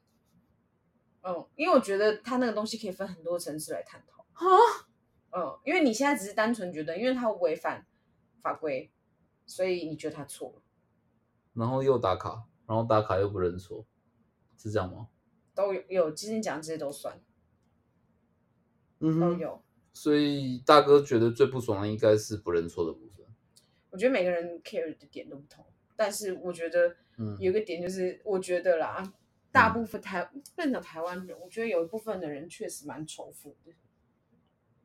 S1: 嗯，因为我觉得他那个东西可以分很多层次来探讨。
S4: 啊，
S1: 嗯，因为你现在只是单纯觉得，因为他违反法规，所以你觉得他错了，
S2: 然后又打卡，然后打卡又不认错，是这样吗？
S1: 都有有，今天讲这些都算，
S2: 嗯
S1: 都
S2: 哼。
S1: 有。
S2: 所以大哥觉得最不爽的应该是不认错的部分。
S1: 我觉得每个人 care 的点都不同，但是我觉得
S2: 嗯
S1: 有一个点就是，我觉得啦，大部分台不能讲台湾人，我觉得有一部分的人确实蛮仇富的。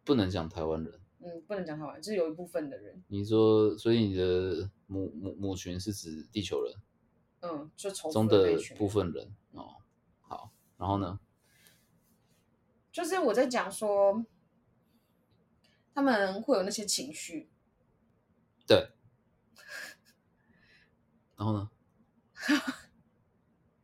S2: 不能讲台湾人，
S1: 嗯，不能讲台湾，就是有一部分的人，
S2: 你说，所以你的母母母群是指地球人
S1: 嗯，就仇富
S2: 中
S1: 的那
S2: 的
S1: 一群人
S2: 部分人哦。好，然后呢？
S1: 就是我在讲说，他们会有那些情绪，
S2: 对，然后呢？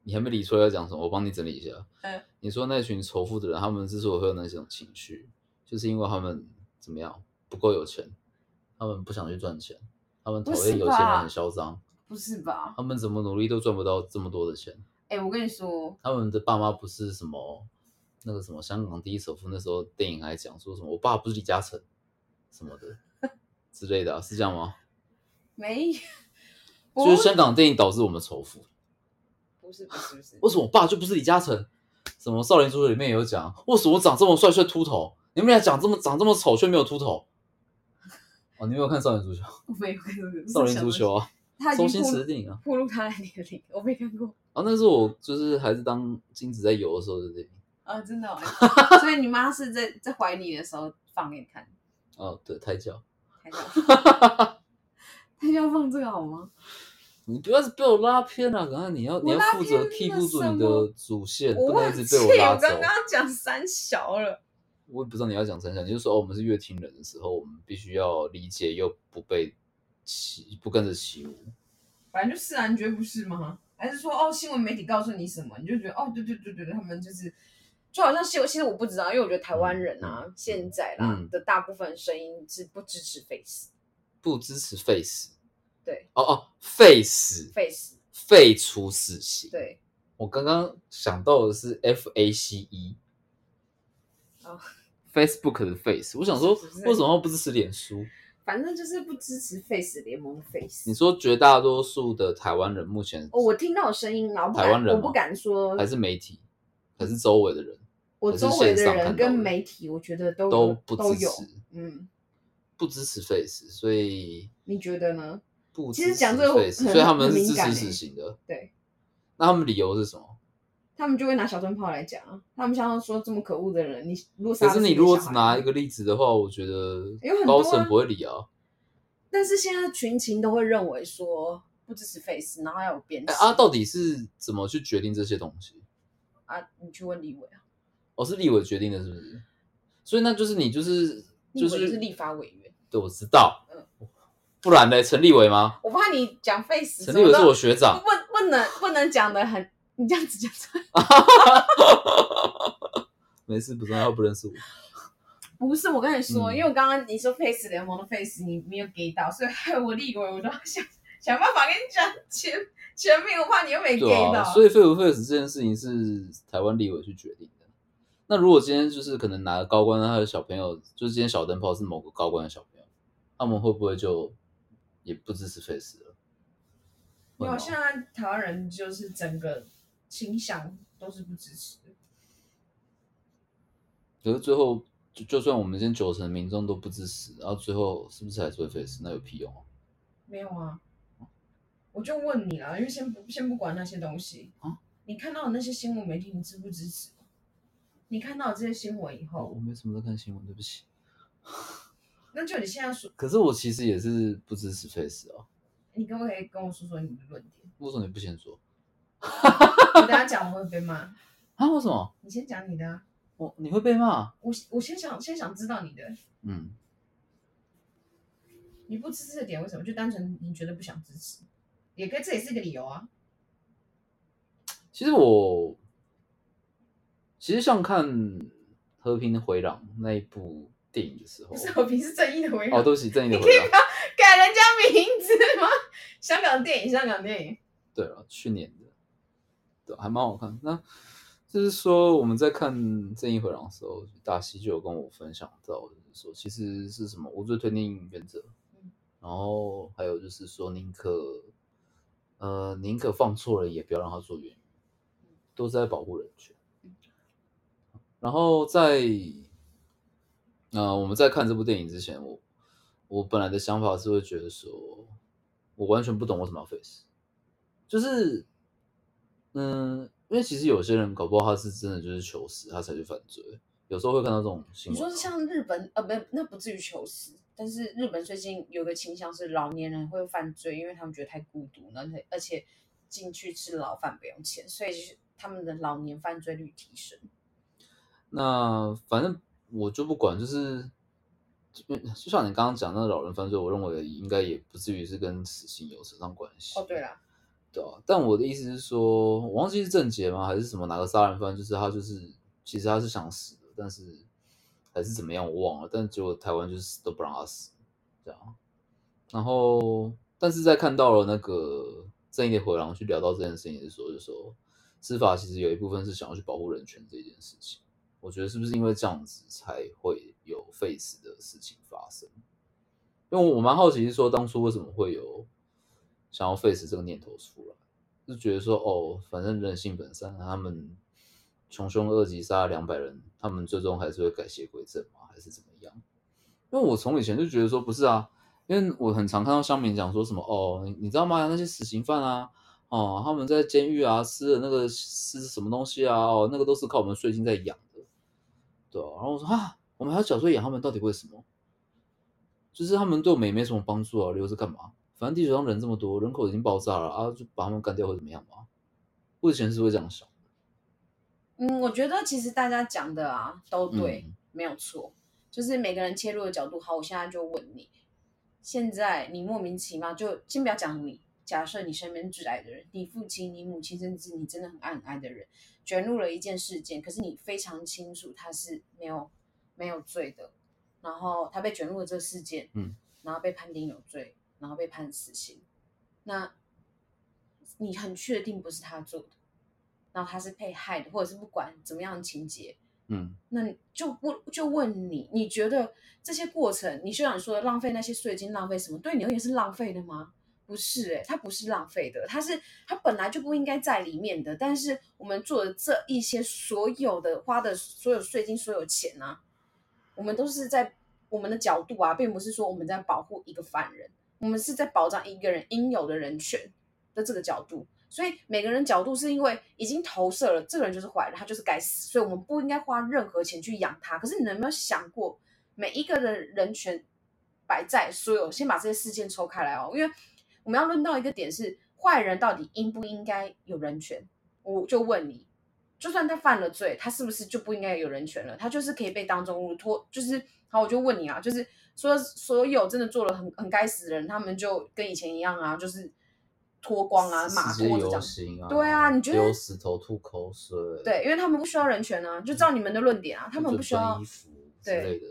S2: 你还没理出来要讲什么，我帮你整理一下。
S1: 嗯
S2: 你说那群仇富的人，他们之所以会有那种情绪，就是因为他们怎么样不够有钱，他们不想去赚钱，他们讨
S1: 不
S2: 厌
S1: 是
S2: 有钱人
S1: 吧
S2: 很嚣张。
S1: 不是吧？
S2: 他们怎么努力都赚不到这么多的钱。
S1: 哎、我跟你说，
S2: 他们的爸妈不是什么那个什么香港第一首富，那时候电影还讲说什么我爸不是李嘉诚什么的之类的、啊，是这样吗？
S1: 没，不
S2: 就是香港电影导致我们仇富。
S1: 不是不是不是，
S2: 为什么我爸就不是李嘉诚？什么少林足球里面也有讲，为什么我长这么帅却秃头？你们俩长这么长这么丑却没有秃头？哦，你没有看少林足球？
S1: 我没有看过
S2: 少林足球，啊，
S1: 他已
S2: 周
S1: 经
S2: 星
S1: 暴
S2: 驰的
S1: 露
S2: 电影啊。
S1: 暴露他的年龄，我没看过。
S2: 啊，那是我就是还是当金子在游的时候的电影。
S1: 啊，真 的、哦，所以你妈是在在怀你的时候放给你看，
S2: 哦，对，胎教。
S1: 胎教，胎教放这个好吗？
S2: 你不要是被我拉偏了、赶快你要你要
S1: 我拉
S2: 负责
S1: 偏
S2: 替
S1: 了
S2: 补住
S1: 什
S2: 你
S1: 么
S2: 的主线，
S1: 我
S2: 不能
S1: 忘
S2: 一直
S1: 记
S2: 被我拉
S1: 我
S2: 走。
S1: 刚刚讲三小了，
S2: 我也不知道你要讲三项，你就说哦，我们是乐听人的时候，我们必须要理解又不被起不跟着起舞。
S4: 反正就是啊，你觉得不是吗？还是说哦，新闻媒体告诉你什么，你就觉得哦，对对对对对，他们就是
S1: 就好像其实其实我不知道，因为我觉得台湾人啊，现在啦、
S2: 嗯
S1: 的大部分声音是不支持 face
S2: 不支持废死。
S1: 对，
S2: 哦哦，废死，
S1: face，
S2: 废除死刑。，
S1: 对，
S2: 我刚刚想到的是 F A C E。
S1: 哦
S2: Facebook 的 face，我想说
S1: 是不是
S2: 为什么不支持脸书？
S1: 反正就是不支持 face 联盟 face
S2: 你。说绝大多数的台湾人目前
S1: 哦哦，我听到有声音，然后不
S2: 台湾
S1: 敢，
S2: 人
S1: 我
S2: 吗
S1: 不敢说，
S2: 还是媒体，还是周围的人，还
S1: 我
S2: 是
S1: 周围
S2: 线
S1: 的
S2: 上看
S1: 人
S2: 到
S1: 跟
S2: 的
S1: 媒体，我觉得都
S2: 都
S1: 有
S2: 不
S1: 都
S2: 支
S1: 有。
S2: 持，
S1: 嗯，
S2: 不支持 Face，所以
S1: 你觉得呢？
S2: 不
S1: 其
S2: 支
S1: 实讲
S2: 持
S1: 这个我
S2: Face，
S1: 很
S2: 所以他们
S1: 很
S2: 是
S1: 敏
S2: 支
S1: 感
S2: 持
S1: 欸
S2: 死刑的。
S1: 对，
S2: 那他们理由是什么？
S1: 他们就会拿小灯泡来讲啊，他们想要说这么可恶的人，你如果杀
S2: 可
S1: 了
S2: 是
S1: 自
S2: 你
S1: 己的
S2: 如果
S1: 小
S2: 只
S1: 孩
S2: 拿一，个例子的话，我觉得
S1: 有很多
S2: 高
S1: 啊
S2: 层不会理啊。
S1: 但是现在群情都会认为说不支持 face，然后要有鞭
S2: 哎
S1: 笞
S2: 啊，到底是怎么去决定这些东西？
S1: 啊，你去问立委啊，
S2: 哦，是立委决定的，是不是？所以那就是你就是
S1: 立
S2: 就
S1: 委就
S2: 是
S1: 是立法委员。
S2: 对，我知道
S1: 嗯。
S2: 不然呢？陈立伟吗？
S1: 我怕你讲 face，
S2: 陈立伟
S1: 什
S2: 是
S1: 么
S2: 我
S1: 都
S2: 学长，
S1: 不不不能不能讲的很，你这样子讲出来
S2: 没事，不重要，他不认识我。
S1: 不是我跟你说，
S2: 嗯
S1: 因为我刚刚你说 face 联盟的 face 你没有给到，所以害我立委我都要想想办法跟你讲全全名，我怕你又没给
S2: 对
S1: 到。
S2: 啊，所以 f a 不 f a 这件事情是台湾立委去决定的。那如果今天就是可能拿了高官他的小朋友，就是今天小灯泡是某个高官的小朋友，他们会不会就也不支持 Face 了？
S5: 没
S2: 会
S5: 有，
S2: 吗
S5: 现在台湾人就是整个倾向都是不支持的。
S2: 可是最后就就算我们现在九成民众都不支持，然后最后是不是还是会 Face？那有屁用啊！
S5: 没有啊，我就问你啦，因为先不先不管那些东西
S2: 啊
S5: 你看到的那些新闻媒体，你支不支持？你看到这些新闻以
S2: 哦，
S5: 后，
S2: 我没什么在看新闻，对不起。
S5: 那就你现在说，
S2: 可是我其实也是不支持 Face 啊。
S5: 你可不可以跟我说说你的论 点？
S2: 为什么你不先说
S5: 你等下讲我会被骂，
S2: 啊？为什么？
S5: 你先讲你的、啊，
S2: 我你会被骂？
S5: 我我先想先想知道你的，
S2: 嗯，
S5: 你不支持的点为什么？就单纯你觉得不想支持，也可以，这也是一个理由啊。
S2: 其实我其实像看《和平的回廊》那一部电影的时候
S5: 不，是和平是正义的围绕，
S2: 哦，对不起，正义的
S5: 你
S2: 回
S5: 可以
S2: 廊
S5: 不。要改人家名字吗？香港电影，香港电影，
S2: 对了，去年的，对，还蛮好看。那就是说我们在看《正义回廊》的时候，达西就有跟我分享到，就是说其实是什么无罪推定原则，然后还有就是说宁可呃宁可放错了，也不要让他做冤狱，都是在保护人权。
S1: 嗯
S2: 然后在呃我们在看这部电影之前，我我本来的想法是会觉得说，我完全不懂为什么要 face。就是，嗯，因为其实有些人搞不好他是真的就是求死，他才去犯罪。有时候会看到这种新
S1: 你
S2: 闻啊，
S1: 说是像日本呃，不，那不至于求死，但是日本最近有个倾向是老年人会犯罪，因为他们觉得太孤独，而且而且进去吃牢饭不用钱，所以就是他们的老年犯罪率提升。
S2: 那反正我就不管，就是就就像你刚刚讲那个老人犯罪，我认为应该也不至于是跟死刑有扯上关系。
S1: 哦，对啦，
S2: 对啊，但我的意思是说，我忘记是郑杰吗，还是什么哪个杀人犯，就是他就是其实他是想死的，但是还是怎么样我忘了，但结果台湾就是死都不让他死，这样。然后，但是在看到了那个正义的回廊去聊到这件事情的时候，就说司法其实有一部分是想要去保护人权这件事情，我觉得是不是因为这样子才会有 face 的事情发生？因为我蛮好奇，是说当初为什么会有想要 face 这个念头出来，就觉得说哦，反正人性本善，啊他们穷凶恶极杀了两百人，他们最终还是会改邪归正嘛，还是怎么样？因为我从以前就觉得说不是啊，因为我很常看到乡民讲说什么哦，你你知道吗？那些死刑犯啊，哦，他们在监狱啊吃的那个吃什么东西啊，哦，那个都是靠我们税金在养的，对啊。然后我说啊，我们还要缴税养他们，到底为什么？就是他们对我们也没什么帮助啊，留着干嘛？反正地球上人这么多，人口已经爆炸了啊，就把他们干掉会怎么样嘛？我以前是会这样想，
S1: 嗯，我觉得其实大家讲的啊都对，
S2: 嗯
S1: 没有错，就是每个人切入的角度。好，我现在就问你，现在你莫名其妙就先不要讲你，假设你身边挚爱的人，你父亲、你母亲，甚至你真的很爱很爱的人，卷入了一件事件，可是你非常清楚他是没有没有罪的，然后他被卷入了这事件，
S2: 嗯，
S1: 然后被判定有罪，然后被判死刑，那你很确定不是他做的，然后他是被害的，或者是不管怎么样的情节，
S2: 嗯，
S1: 那你就问就问你，你觉得这些过程，你就想说浪费那些税金，浪费什么，对你而言是浪费的吗？不是哎、它不是浪费的，它是它本来就不应该在里面的。但是我们做的这一些所有的花的所有税金、所有钱啊，我们都是在我们的角度啊，并不是说我们在保护一个犯人，我们是在保障一个人应有的人权的这个角度。所以每个人角度是因为已经投射了，这个人就是坏人，他就是该死，所以我们不应该花任何钱去养他。可是你有没有想过，每一个的人权摆在所有，先把这些事件抽开来哦，因为我们要论到一个点是，坏人到底应不应该有人权？我就问你，就算他犯了罪，他是不是就不应该有人权了？他就是可以被当中脱，就是好，我就问你啊，就是说所有真的做了很很该死的人，他们就跟以前一样啊，就是脱光啊，马
S2: 直接
S1: 脱着这
S2: 游
S1: 样。
S2: 行啊，
S1: 对啊你觉得
S2: 丢石头吐口水，
S1: 对，因为他们不需要人权啊，就照你们的论点啊，他们不需
S2: 或者
S1: 要
S2: 穿衣，服之类的，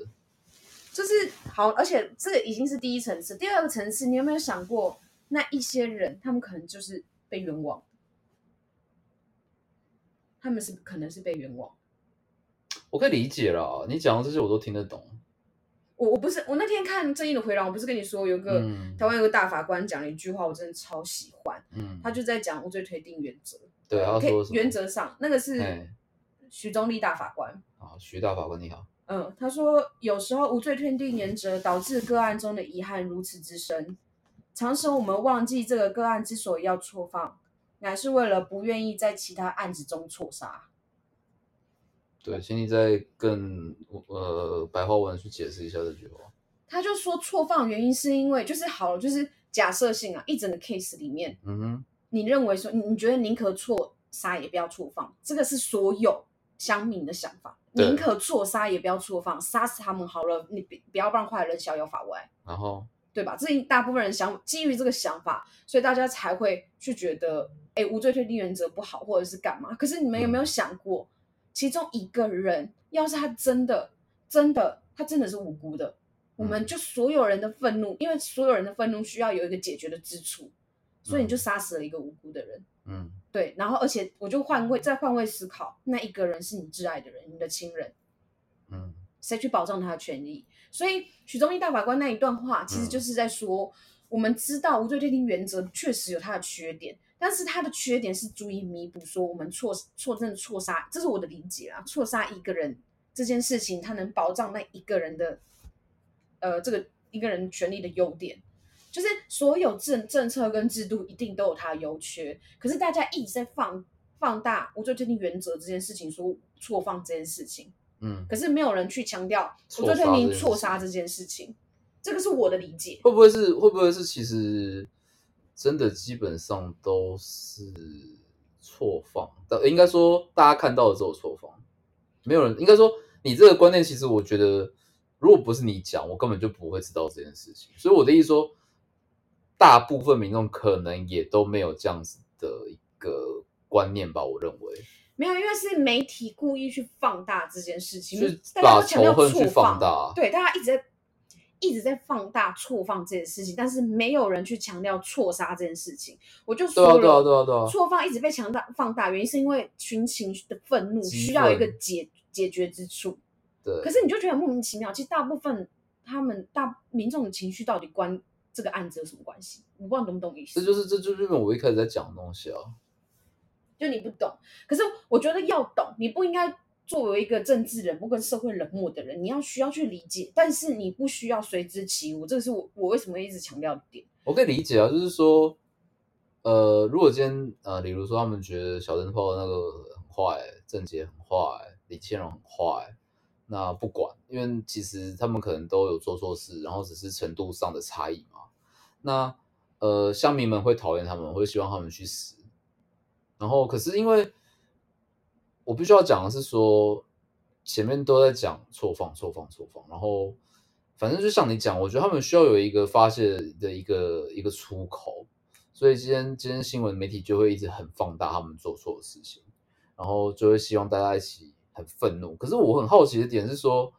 S1: 就是好，而且这个已经是第一层次，第二个层次，你有没有想过那一些人，他们可能就是被冤枉，他们是可能是被冤枉。
S2: 我可以理解啦。你讲的这些我都听得懂，
S1: 我我不是我那天看《正义的回廊》，我不是跟你说有个、
S2: 嗯
S1: 台湾有个大法官讲了一句话，我真的超喜欢，
S2: 嗯，
S1: 他就在讲无罪推定原则。
S2: 对他
S1: 可以
S2: 说什么
S1: 原则上那个是
S2: 哎
S1: 徐宗立大法官，
S2: 好，徐大法官你好，
S1: 嗯，他说有时候无罪推定原则导致个案中的遗憾如此之深，常使我们忘记这个个案之所以要错放，乃是为了不愿意在其他案子中错杀。
S2: 对，请你再更呃白话文去解释一下这句话。
S1: 他就说错放原因是因为就是好了，就是假设性啊，一整个 case 里面，
S2: 嗯哼，
S1: 你认为说你你觉得宁可错杀也不要错放，这个是所有乡民的想法，
S2: 对
S1: 宁可错杀也不要错放，杀死他们好了，你不不要让坏人逍遥法外。
S2: 然后
S1: 对吧？这一大部分人想基于这个想法，所以大家才会去觉得，哎，无罪推定原则不好，或者是干嘛？可是你们有没有想过，其中一个人要是他真的真的他真的是无辜的，我们就所有人的愤怒，因为所有人的愤怒需要有一个解决的支出，所以你就杀死了一个无辜的人。
S2: 嗯，
S1: 对，然后而且我就换位再换位思考，那一个人是你挚爱的人，你的亲人，
S2: 嗯，
S1: 谁去保障他的权益？所以许宗义大法官那一段话，其实就是在说，我们知道无罪推定原则确实有它的缺点，但是它的缺点是足以弥补说我们错错真的错杀，这是我的理解啦，错杀一个人这件事情，它能保障那一个人的，呃，这个一个人权利的优点。就是所有政政策跟制度一定都有它的优缺，可是大家一直在放放大无罪推定原则这件事情，说错放这件事情，
S2: 嗯，
S1: 可是没有人去强调
S2: 错
S1: 我
S2: 杀
S1: 对推定
S2: 这件事
S1: 错杀这件事情，这个是我的理解。
S2: 会不会是会不会是其实真的基本上都是错放？但呃应该说大家看到的只有错放，没有人应该说你这个观念，其实我觉得如果不是你讲，我根本就不会知道这件事情。所以我的意思说，大部分民众可能也都没有这样子的一个观念吧，我认为。
S1: 没有，因为是媒体故意去放大这件事情，
S2: 是
S1: 大家
S2: 把
S1: 都强调
S2: 仇恨去
S1: 错
S2: 放大
S1: 对，大家一直在一直在放大错放这件事情，但是没有人去强调错杀这件事情。我就
S2: 对
S1: 说
S2: 啊，
S1: 了，
S2: 对啊，对啊，对啊。
S1: 错放一直被强大放大，原因是因为群情的愤怒
S2: 激
S1: 需要一个
S2: 愤
S1: 解解决之处，
S2: 对，
S1: 可是你就觉得莫名其妙。其实大部分他们大民众的情绪到底关这个案子有什么关系？我不知道你懂不懂意思。
S2: 这就是这就是我一开始在讲的东西啊。
S1: 就你不懂。可是我觉得要懂，你不应该作为一个政治人物跟社会冷漠的人，你要需要去理解，但是你不需要随之起舞，这个是我我为什么一直强调的点。
S2: 我可以理解啊，就是说，呃，如果今天呃，比如说他们觉得小灯泡那个很坏，郑杰很坏，李倩蓉很坏，那不管，因为其实他们可能都有做错事，然后只是程度上的差异嘛。那呃，乡民们会讨厌他们，会希望他们去死。然后，可是因为我必须要讲的是说，前面都在讲错放、错放、错放，然后反正就像你讲，我觉得他们需要有一个发泄的一个一个出口，所以今天今天新闻媒体就会一直很放大他们做错的事情，然后就会希望大家一起很愤怒。可是我很好奇的点是说，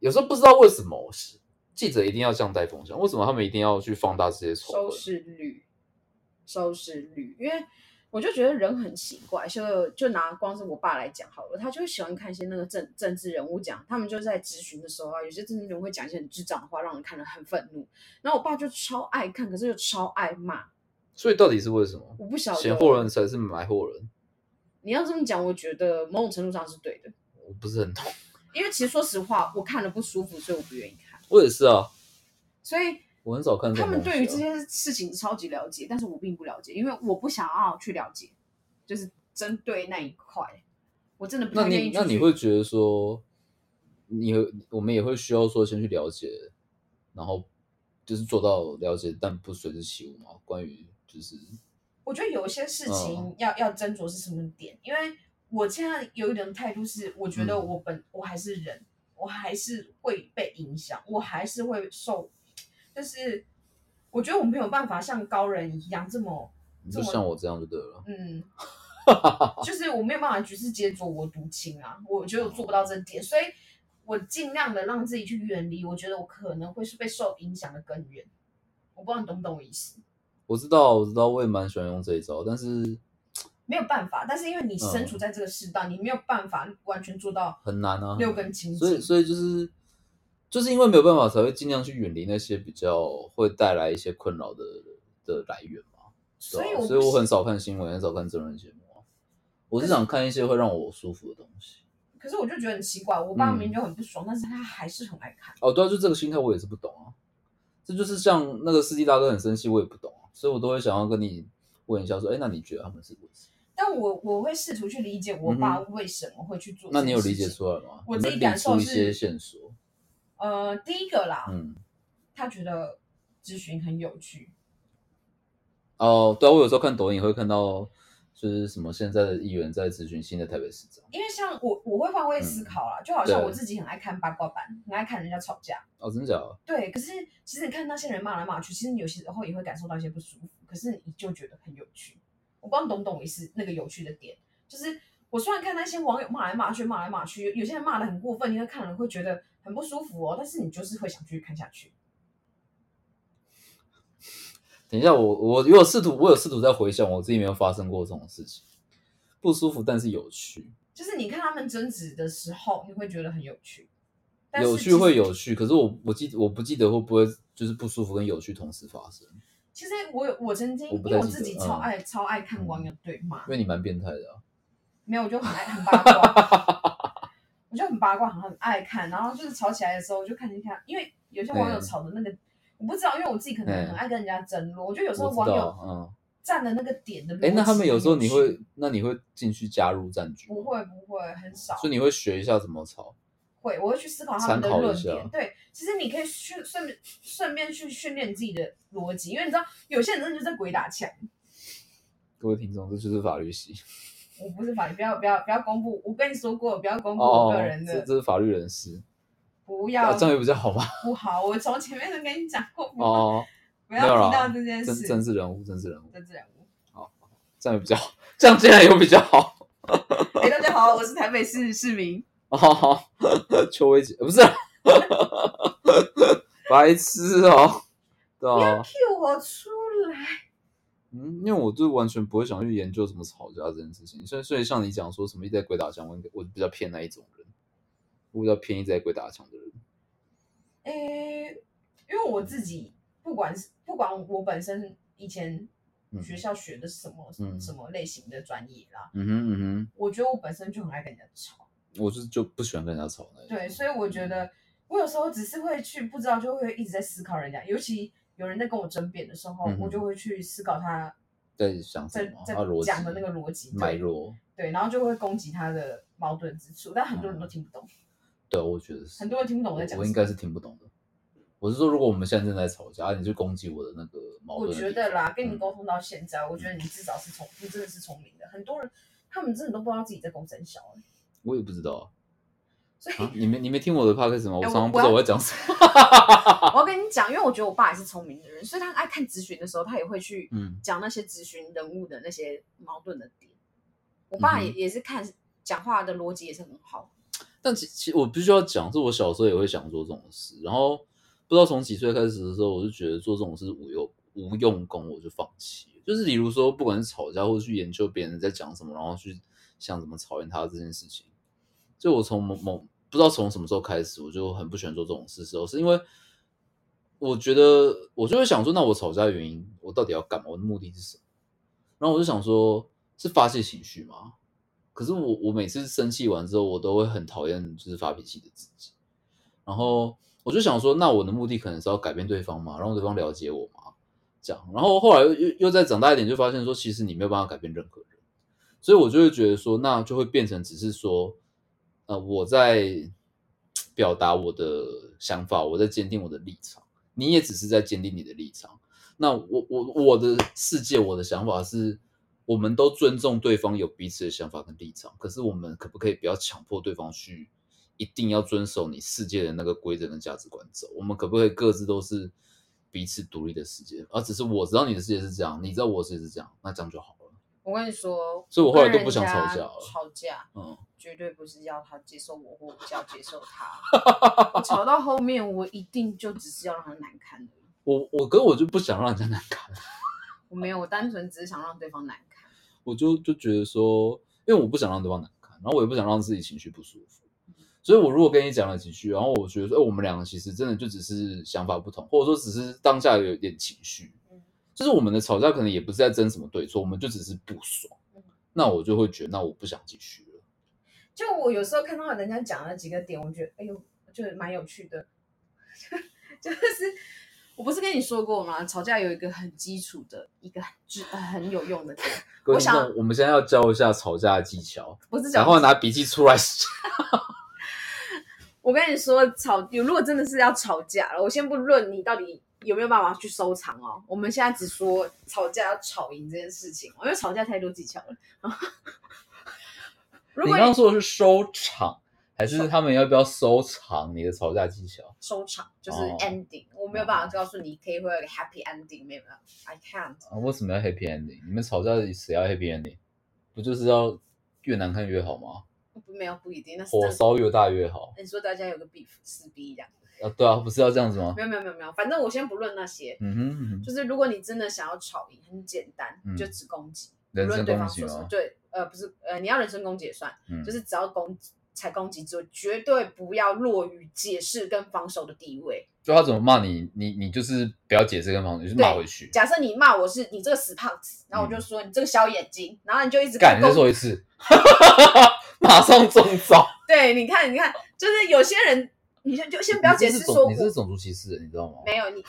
S2: 有时候不知道为什么记者一定要这样带风向，为什么他们一定要去放大这些仇
S1: 收
S2: 恨？
S1: 视率，收视率，因为
S6: 我就觉得人很奇怪，就就拿光是我爸来讲好了，他就喜欢看一些那个政政治人物讲，他们就是在咨询的时候啊，有些政治人物会讲一些很智障的话，让人看了很愤怒。然后我爸就超爱看，可是又超爱骂，
S2: 所以到底是为什么？
S6: 我不晓得。
S2: 嫌货人才是买货人，
S6: 你要这么讲，我觉得某种程度上是对的，
S2: 我不是很懂。
S6: 因为其实说实话，我看了不舒服，所以我不愿意看。
S2: 我也是啊，
S6: 所以
S2: 我很少看这
S6: 他
S2: 种
S6: 们
S2: 东西啊、
S6: 对于这些事情超级了解，但是我并不了解，因为我不想要去了解，就是针对那一块，我真的不
S2: 那
S6: 太愿
S2: 你
S6: 意
S2: 那你
S6: 去
S2: 会觉得说，你我们也会需要说先去了解，然后就是做到了解，但不随之起舞嘛。关于就是
S1: 我觉得有些事
S2: 嗯
S1: 情要、要斟酌是什么点，因为我现在有一种态度是，我觉得
S2: 嗯
S1: 我本、我还是人，我还是会被影响，我还是会受，就是我觉得我没有办法像高人一样这么
S2: 你
S1: 这
S2: 就
S1: 么
S2: 像我这样就对了。
S1: 嗯，就是我没有办法举世皆浊我独清啊，我觉得我做不到这
S2: 哦
S1: 点，所以我尽量的让自己去远离，我觉得我可能会是被受影响的根源。我不知道你懂不懂我意思，
S2: 我知道，我知道，我也蛮喜欢用这一招，但是
S1: 没有办法，但是因为你身
S2: 嗯
S1: 处在这个世道，你没有办法完全做 到
S2: 很难啊。
S1: 六根清净。
S2: 所以，所以就是就是因为没有办法，才会尽量去远离那些比较会带来一些困扰的的来源嘛。对
S1: 所
S2: 啊
S1: 以我
S2: 所以我很少看新闻，很少看真人节目啊。我是想看一些会让我舒服的东西。
S1: 可是我就觉得很奇怪，我爸
S2: 嗯
S1: 明明就很不爽，但是他还是很爱看。
S2: 哦，对啊，就这个心态我也是不懂啊。这就是像那个司机大哥很生气，我也不懂啊，所以我都会想要跟你问一下，说，哎，那你觉得他们是不是？
S1: 但我我会试图去理解我爸
S2: 嗯
S1: 为什么会去做。
S2: 那你有理解？出来吗？
S1: 我
S2: 有
S1: 自
S2: 没
S1: 己
S2: 有理
S1: 感受
S2: 出一些
S1: 是
S2: 线索。
S1: 呃，第一个啦，
S2: 嗯，
S1: 他觉得咨询很有趣，
S2: 哦，对啊，我有时候看抖音也会看到，就是什么现在的议员在咨询新的台北市长。
S1: 因为像我我会换位思考啦，就好像
S2: 嗯对
S1: 我自己很爱看八卦版，很爱看人家吵架。
S2: 哦，真假的？
S1: 对，可是其实你看那些人骂来骂去，其实你有些时候也会感受到一些不舒服，可是你就觉得很有趣。我不知道你懂不懂我意思，那个有趣的点就是，我虽然看那些网友骂来骂去，骂来骂去，有有些人骂的很过分，你会看了会觉得很不舒服哦，但是你就是会想继续看下去。
S2: 等一下，我我我有试图，我有试图在回想我自己没有发生过这种事情，不舒服但是有趣，
S1: 就是你看他们争执的时候，你会觉得很有趣，但是
S2: 有
S1: 其
S2: 趣
S1: 实
S2: 会有趣，可是我我记我不记得会不会就是不舒服跟有趣同时发生，
S1: 其实我有我曾经，
S2: 我
S1: 因
S2: 不
S1: 为
S2: 太
S1: 我
S2: 记
S1: 自己
S2: 得
S1: 超
S2: 嗯
S1: 爱、超爱看网友对骂
S2: 因，为你蛮变态的、啊，
S1: 没有我就很爱很八卦，我就很八卦，很很爱看。然后就是吵起来的时候，我就看一看，因为有些网友
S2: 嗯
S1: 吵的那个，我不知道，因为我自己可能
S2: 嗯
S1: 很爱跟人家争论，我觉得有时候
S2: 我
S1: 网
S2: 知道，
S1: 友
S2: 嗯，
S1: 站的那个点的逻辑，
S2: 哎，那他们有时候你会，那你会进去加入战局吗？
S1: 不会不会很少
S2: 所以你会学一下怎么吵，
S1: 会，我会去思考他们的
S2: 参考一
S1: 论
S2: 下
S1: 点。对，其实你可以训顺便顺便去训练自己的逻辑，因为你知道有些人真的就在鬼打墙。
S2: 各位听众，这就是法律系
S1: 我不是法律，不要不要不要公布，我跟你说过，不要公布我
S2: 哦
S1: 个，人的，
S2: 这这是法律人士，
S1: 不
S2: 啊
S1: 要
S2: 这样也比较 好吗？
S1: 不好。我从前面就跟你讲过，不要、
S2: 哦，
S1: 不
S2: 没有
S1: 要提到
S2: 啦
S1: 这件，
S2: 政
S1: 事。
S2: 政治人物，政治人物，
S1: 政治人物。
S2: 这样也比较好，这样竟然有比较好。
S1: 哎、大家好，我是台北市市 民。
S2: 哦，好，邱薇姐不是啊， 白痴哦，对啊，
S1: Q 我出来，
S2: 嗯，因为我就完全不会想去研究怎么吵架这件事情，所以所以像你讲说什么一直在鬼打墙，我应该我比较偏那一种人，我比较偏一直在鬼打墙的人，
S1: 哎、因为我自己不管是不管我本身以前
S2: 嗯
S1: 学校学的是什么、
S2: 嗯
S1: 什么类型的专业啦，
S2: 嗯哼嗯
S1: 我觉得我本身就很爱跟人家吵。
S2: 哼，我就就不喜欢跟人家吵那一种，
S1: 对，所以我觉得我有时候只是会去不知道，就会一直在思考人家，尤其有人在跟我争辩的时候，
S2: 嗯哼
S1: 我就会去思考他
S2: 在想什
S1: 在
S2: 么，
S1: 在
S2: 他逻辑
S1: 讲的那个逻辑
S2: 脉
S1: 对
S2: 络，
S1: 对，然后就会攻击他的矛盾之处，但很多人
S2: 嗯
S1: 都听不懂，
S2: 对，我觉得是
S1: 很多人听不懂
S2: 我
S1: 在讲什么。
S2: 我应该是听不懂的。我是说，如果我们现在正在吵架，啊你就攻击我的那个矛
S1: 我
S2: 盾的
S1: 觉
S2: 地
S1: 得
S2: 方
S1: 啦，跟你
S2: 嗯
S1: 沟通到现在，我觉得你至少是聪，你真的是聪明的。很多人他们真的都不知道自己在攻真小、欸，
S2: 我也不知道啊。
S1: 所以
S2: 啊，你没你没听我的 podcast 吗？我
S6: 哎我
S2: 常常不知道
S6: 我要
S2: 我在讲什么。啊
S6: 我要跟你讲，因为我觉得我爸也是聪明的人，所以他爱看咨询的时候，他也会去
S2: 嗯
S6: 讲那些咨询人物的那些矛盾的点。我爸也、
S2: 嗯
S6: 也是看讲话的逻辑也是很好，
S2: 但其其我必须要讲，是我小时候也会想做这种事，然后不知道从几岁开始的时候，我就觉得做这种事无用无用功，我就放弃了。就是比如说，不管是吵架，或者去研究别人在讲什么，然后去想怎么讨厌他这件事情，就我从某某不知道从什么时候开始，我就很不喜欢做这种事。时候是因为我觉得我就会想说，那我吵架的原因，我到底要干嘛？我的目的是什么？然后我就想说，是发泄情绪吗？可是我我每次生气完之后，我都会很讨厌就是发脾气的自己。然后我就想说，那我的目的可能是要改变对方嘛，让对方了解我嘛，这样。然后后来又又又再长大一点，就发现说，其实你没有办法改变任何人，所以我就会觉得说，那就会变成只是说，呃，我在表达我的想法，我在坚定我的立场，你也只是在坚定你的立场。那我我我的世界，我的想法是，我们都尊重对方有彼此的想法跟立场，可是我们可不可以不要强迫对方去一定要遵守你世界的那个规则跟价值观走？我们可不可以各自都是彼此独立的世界？而、只是我知道你的世界是这样，你知道我的世界是这样，那这样就好了。
S1: 我跟你说，
S2: 所以我后来
S1: 跟
S2: 都不想
S1: 人家
S2: 吵架了
S1: 吵架
S2: 嗯，
S1: 绝对不是要他接受我，或我要接受 他。我吵到后面，我一定就只是要让他难堪而已。
S2: 我我跟我就不想让人家难堪，
S1: 我没有，我单纯只是想让对方难堪。
S2: 我就就觉得说，因为我不想让对方难堪，然后我也不想让自己情绪不舒服，
S1: 嗯
S2: 所以我如果跟你讲了几句，然后我觉得说，哎、我们两个其实真的就只是想法不同，或者说只是当下有一点情绪
S1: 嗯，
S2: 就是我们的吵架可能也不是在争什么对错，我们就只是不爽
S1: 嗯，
S2: 那我就会觉得，那我不想继续了。
S5: 就我有时候看到人家讲了几个点，我觉得哎呦，就是蛮有趣的。
S1: 就是我不是跟你说过吗？吵架有一个很基础的一个很知呃很有用的 点，
S2: 各位
S1: 我
S2: 听
S1: 想
S2: 众，我们现在要教一下吵架的技巧，
S1: 不是
S2: 然
S1: 讲
S2: 后拿笔记出来。
S1: 我跟你说，吵有如果真的是要吵架了，我先不论你到底有没有办法去收场哦，我们现在只说吵架要吵赢这件事情哦，因为吵架太多技巧了。 如
S2: 你
S1: 果
S2: 刚刚说的是收场，还是他们要不要收场你的吵架技巧？
S1: 收场就是
S2: 哦
S1: ending，、我没有办法告诉你可以会有一个 happy ending，没有办法，I can't。
S2: 啊，为什么要 happy ending？你们吵架谁要 happy ending？不就是要越难看越好吗？
S1: 没有不一定，那是
S2: 火
S1: 真的
S2: 烧越大越好。
S1: 你说大家有个 beef 撕逼这样，
S2: 啊，对啊，不是要这样子吗？
S1: 没有没有没有没有，反正我先不论那些，
S2: 嗯哼，嗯哼
S1: 就是如果你真的想要吵赢，很简单，
S2: 嗯
S1: 就只攻击，无
S2: 人
S1: 论
S2: 身
S1: 对
S2: 攻
S1: 方
S2: 击
S1: 说什么
S2: 吗，？
S1: 对，呃，不是，呃，你要人身攻击也算，
S2: 嗯，
S1: 就是只要攻才攻击之后，绝对不要落于解释跟防守的地位。
S2: 就他怎么骂你，你你就是不要解释跟方，你就是骂回去。
S1: 假设你骂我是你这个死胖子，然后我就说你这个小眼睛，然后你就一直
S2: 嗯干，你再
S1: 攻
S2: 说一次， 马上中招。
S1: 对，你看，你看，就是有些人，你先就先不要解
S2: 你这
S1: 释
S2: 是
S1: 说
S2: 种，
S1: 我
S2: 你这是种族歧视，你知道吗？
S1: 没有你。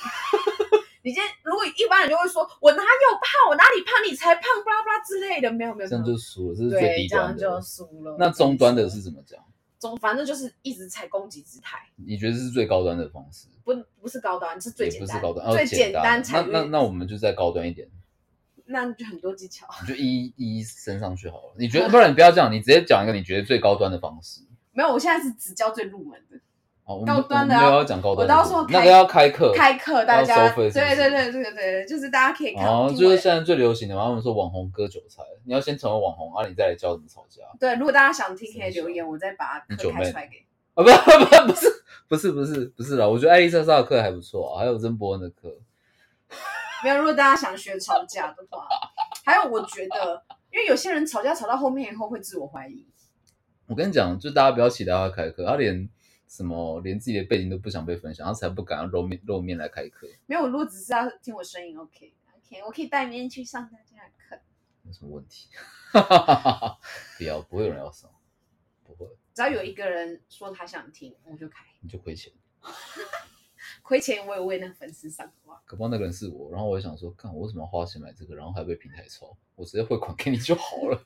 S1: 你今天如果一般人就会说，我哪有胖，我哪里胖，你才胖，巴拉巴拉之类的，没有没有，
S2: 这样
S1: 没有
S2: 就输了，这是最
S1: 对，
S2: 低
S1: 这
S2: 端
S1: 样就
S2: 的。
S1: 输了。
S2: 那中端的是怎么讲？
S1: 中，反正就是一直踩攻击姿态，
S2: 你觉得是最高端的方式？
S1: 不不是高端，是最
S2: 也
S1: 简
S2: 不
S1: 单，
S2: 是高端，哦
S1: 最
S2: 简
S1: 单
S2: 那
S1: 才
S2: 那那我们就再高端一点。
S1: 那就很多技巧。
S2: 你就一一一升上去好了。你觉得，不然你不要这样，你直接讲一个你觉得最高端的方式。
S1: 没有，我现在是只教最入门的，
S2: 哦，我们
S1: 高端的啊
S2: 我们没有要讲高端的，
S1: 我到时候开
S2: 那个要开课，
S1: 开课大
S2: 要
S1: 家
S2: 收
S1: 对
S2: 费是不
S1: 对
S2: 是
S1: 对对对对，就是大家可以看我
S2: 哦，
S1: 入
S2: 就是
S1: 围
S2: 现在最流行的嘛，他们说网红割韭菜，你要先成为网红，啊，你再来教怎么吵架
S1: 对，如果大家想听可以留言，我再把
S2: 啊你
S1: 课
S2: 九
S1: 开
S2: 妹
S1: 出来给你。
S2: 啊，不不不是不是不是不是啦，我觉得艾丽莎莎的课还不错啊，还有曾伯恩的课，
S1: 没有，如果大家想学吵架的话，还有我觉得，因为有些人吵架吵到后面以后会自我怀疑，
S2: 我跟你讲，就大家不要期待他开课，他连什么连自己的背景都不想被分享，他才不敢要露面露面来开课，
S1: 没有，如果只是要听我声音，OK OK，我可以带别人去上大家的课，
S2: 有什么问题？ 哈哈哈哈哈，不要，不会有人要上，不会，
S1: 只要有一个人说他想听，我就开，
S2: 你就亏钱。
S1: 亏钱我也为那个粉丝上花。
S2: 搞不好那个人是我，然后我就想说，干我为什么要花钱买这个，然后还被平台抽，我直接汇款给你就好 了。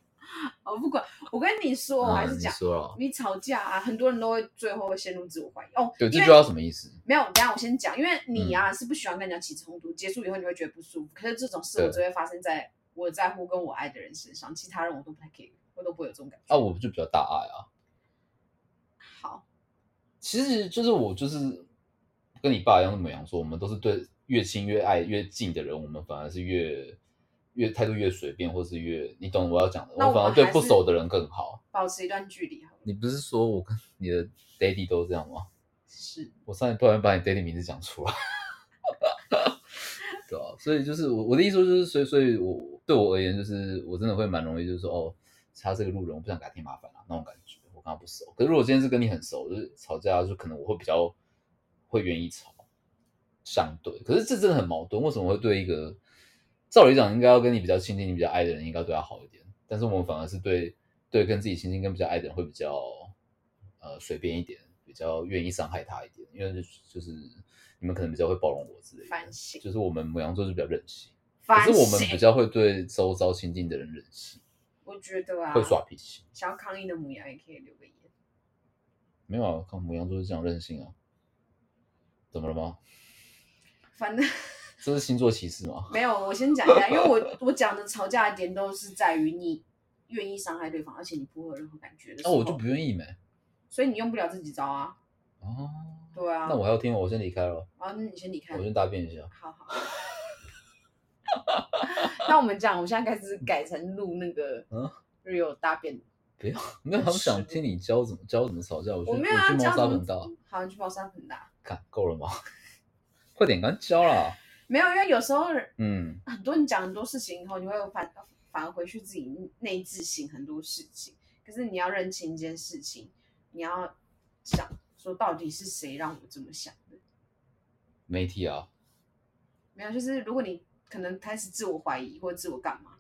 S1: 我哦不管，我跟你说，我还
S2: 嗯
S1: 是
S2: 你
S1: 讲，
S2: 说了，
S1: 你吵架啊，很多人都会最后会陷入自我怀疑哦，
S2: 对，这
S1: 因为
S2: 句话什么意思？
S1: 没有，等一下我先讲，因为你
S2: 嗯
S1: 啊、是不喜欢跟人家起冲突，结束以后你会觉得不舒服。可是这种事我
S2: 对
S1: 只会发生在我在乎跟我爱的人身上，其他人我都不太 care，我都不会有这种感觉。
S2: 啊，我就比较大爱啊。
S1: 好，
S2: 其实就是我就是跟你爸一样那么样说，我们都是对越亲越爱越近的人，我们反而是越越态度越随便，或是越你懂我要讲的。
S1: 那
S2: 我反
S1: 我
S2: 而
S1: 们
S2: 对
S1: 还
S2: 不
S1: 是
S2: 熟的人更好。
S1: 保持一段距离好了。
S2: 你不是说我跟你的 daddy 都这样吗？
S1: 是，
S2: 我上一不小心把你 daddy 名字讲出来。对啊，所以就是我我的意思就是，所以所以我对我而言，就是我真的会蛮容易，就是说哦，他这个路人，我不想给他添麻烦啊，那种感觉，我跟他不熟。可是如果今天是跟你很熟，就是吵架，就可能我会比较会愿意吵，相对。可是这真的很矛盾，为什么会对一个照理讲应该要跟你比较亲近、你比较爱的人，应该对他好一点，但是我们反而是对对跟自己亲近、跟比较爱的人会比较呃随便一点，比较愿意伤害他一点，因为就就是你们可能比较会包容我之类的。
S7: 反省，
S2: 就是我们母羊座就比较任性，可
S7: 反
S2: 是
S7: 省。
S2: 我们比较会对周遭亲近的人任性，
S1: 我觉得啊，
S2: 会耍脾气。
S1: 想要抗议的母羊也可以留个言。
S2: 没有啊，看母羊座是这样任性啊，怎么了吗？
S1: 反正
S2: 这是星座歧视吗？
S1: 没有，我先讲一下，因为 我我讲的吵架的点都是在于你愿意伤害对方，而且你不会有任何感觉的时
S2: 那、
S1: 候，
S2: 我就不愿意没
S1: 所以你用不了自己招啊。
S2: 哦。
S1: 对啊，
S2: 那我还要听，我先离开了，
S1: 好，那你先离开
S2: 我。先大便一下。
S1: 好好。 那我们讲，我现在开始改成录那个
S2: 嗯
S1: real 大便。
S2: 没有，他们想听你教怎么教怎么吵架，我去
S1: 我没有啊要
S2: 去猫
S1: 教
S2: 砂
S1: 怎
S2: 盆啊大，
S1: 么，好，你去猫砂盆大。
S2: 看够了吗？ 快点，赶紧教啦。
S1: 没有，因为有时候
S2: 嗯，
S1: 很多人讲很多事情以后，你会反反而回去自己内自省很多事情。可是你要认清一件事情，你要想说到底是谁让我这么想的？
S2: 媒体啊，
S1: 没有，就是如果你可能开始自我怀疑或者自我干嘛，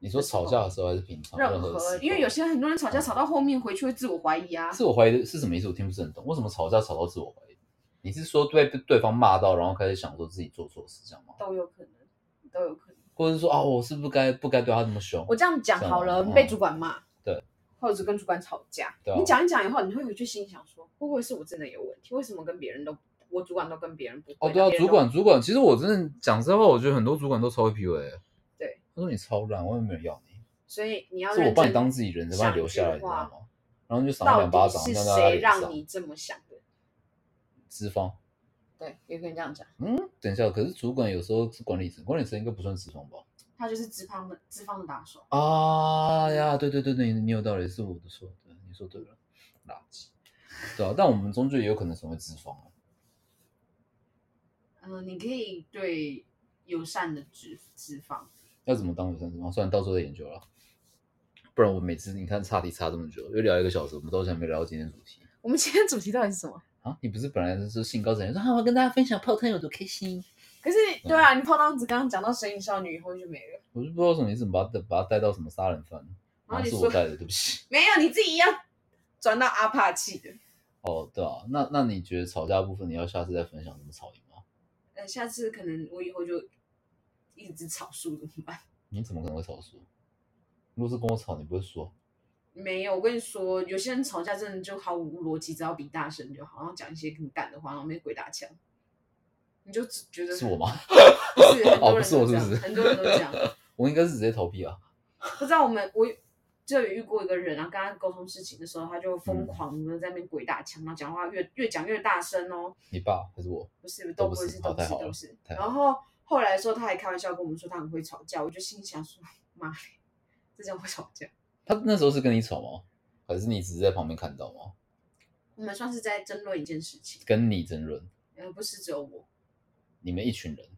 S2: 你说吵架的时候还是平常
S1: 任
S2: 何
S1: 何
S2: 时候
S1: 因为有些很多人吵架吵到后面回去会自我怀疑啊。
S2: 自我怀疑的是什么意思？我听不是很懂。为什么吵架吵到自我怀疑？你是说对对方骂到，然后开始想说自己做错事这样吗？
S1: 都有可能，都有可能。
S2: 或者是说啊，我是不该不该对他这么凶？
S1: 我这样讲好了，
S2: 这样吗
S1: 被主管骂，
S2: 啊哦对，
S1: 或者是跟主管吵架，
S2: 对啊
S1: 你讲一讲以后，你会回去心想说，会不会是我真的有问题？为什么跟别人都，我主管都跟别人不会？
S2: 哦，对啊，
S1: 别人都
S2: 主管主管，其实我真的讲实话，我觉得很多主管都超会 PUA。
S1: 对，
S2: 他说你超烂，我也没有要你，
S1: 所以你要
S2: 是我
S1: 认
S2: 把你
S1: 真
S2: 当自己人，才把你留下来，你知道
S1: 想
S2: 吗？然后你就赏他
S1: 到
S2: 两巴
S1: 底
S2: 掌，
S1: 是
S2: 让他
S1: 谁
S2: 脸
S1: 让
S2: 上
S1: 你这么想的？
S2: 资方。
S1: 对，也可以这样讲，
S2: 嗯，等一下，可是主管有时候是管理层，管理层应该不算资方吧？
S1: 他就是资方的资方的打手。
S2: 啊呀，对对对对，你你有道理，是我的错，对，你说对了，垃圾，对啊，但我们终究也有可能成为资方啊，
S1: 嗯、你可以对友善的资资方，
S2: 要怎么当友善资方？虽然到时候再研究了，不然我每次你看差题差这么久，又聊一个小时，我们到现在没聊到今天主题
S1: 我们今天主题到底是什么？
S2: 啊！你不是本来是兴高采烈说啊，我要跟大家分享泡汤有多开心，
S1: 可是
S2: 嗯
S1: 对啊，你泡汤子刚刚讲到神隐少女以后就没了，
S2: 我就不知道为什么你怎么把它把它带到什么杀人犯，
S1: 然后你
S2: 啊是我
S1: 说
S2: 带的，对不起。
S1: 没有，你自己要转到阿帕契的。
S2: 哦，对啊，那那你觉得吵架的部分，你要下次再分享怎么吵赢吗？
S1: 呃，下次可能我以后就一直吵输怎么办？
S2: 你怎么可能会吵输？如果是跟我吵，你不会输啊。
S1: 没有，我跟你说，有些人吵架真的就毫无逻辑，只要比大声就好，然后讲一些很干的话，然后没鬼打墙，你就只觉得
S2: 是我吗？
S1: 不是很 多
S2: 哦，不
S1: 人
S2: 是我，
S1: 都
S2: 是
S1: 这
S2: 不
S1: 样，
S2: 是？
S1: 很多人都 这样。
S2: 我应该是直接逃避啊。
S1: 不知道我们我就有遇过一个人啊，跟他沟通事情的时候，他就
S2: 嗯
S1: 疯狂的在那边鬼打墙，然后讲话越越讲越大声哦，
S2: 你爸还是我？
S1: 不是
S2: 都
S1: 都
S2: 不
S1: 不
S2: 是
S1: 是
S2: 好
S1: 都不
S2: 太
S1: 是
S2: 好了
S1: 都不是。
S2: 太好
S1: 然后后来的时候，他还开玩笑跟我们说他很会吵架，我就心想说，妈，这叫会吵架。
S2: 他那时候是跟你吵吗？还是你只是在旁边看到吗？
S1: 我们算是在争论一件事情，
S2: 跟你争论，
S1: 呃，不是只有我，
S2: 你们一群人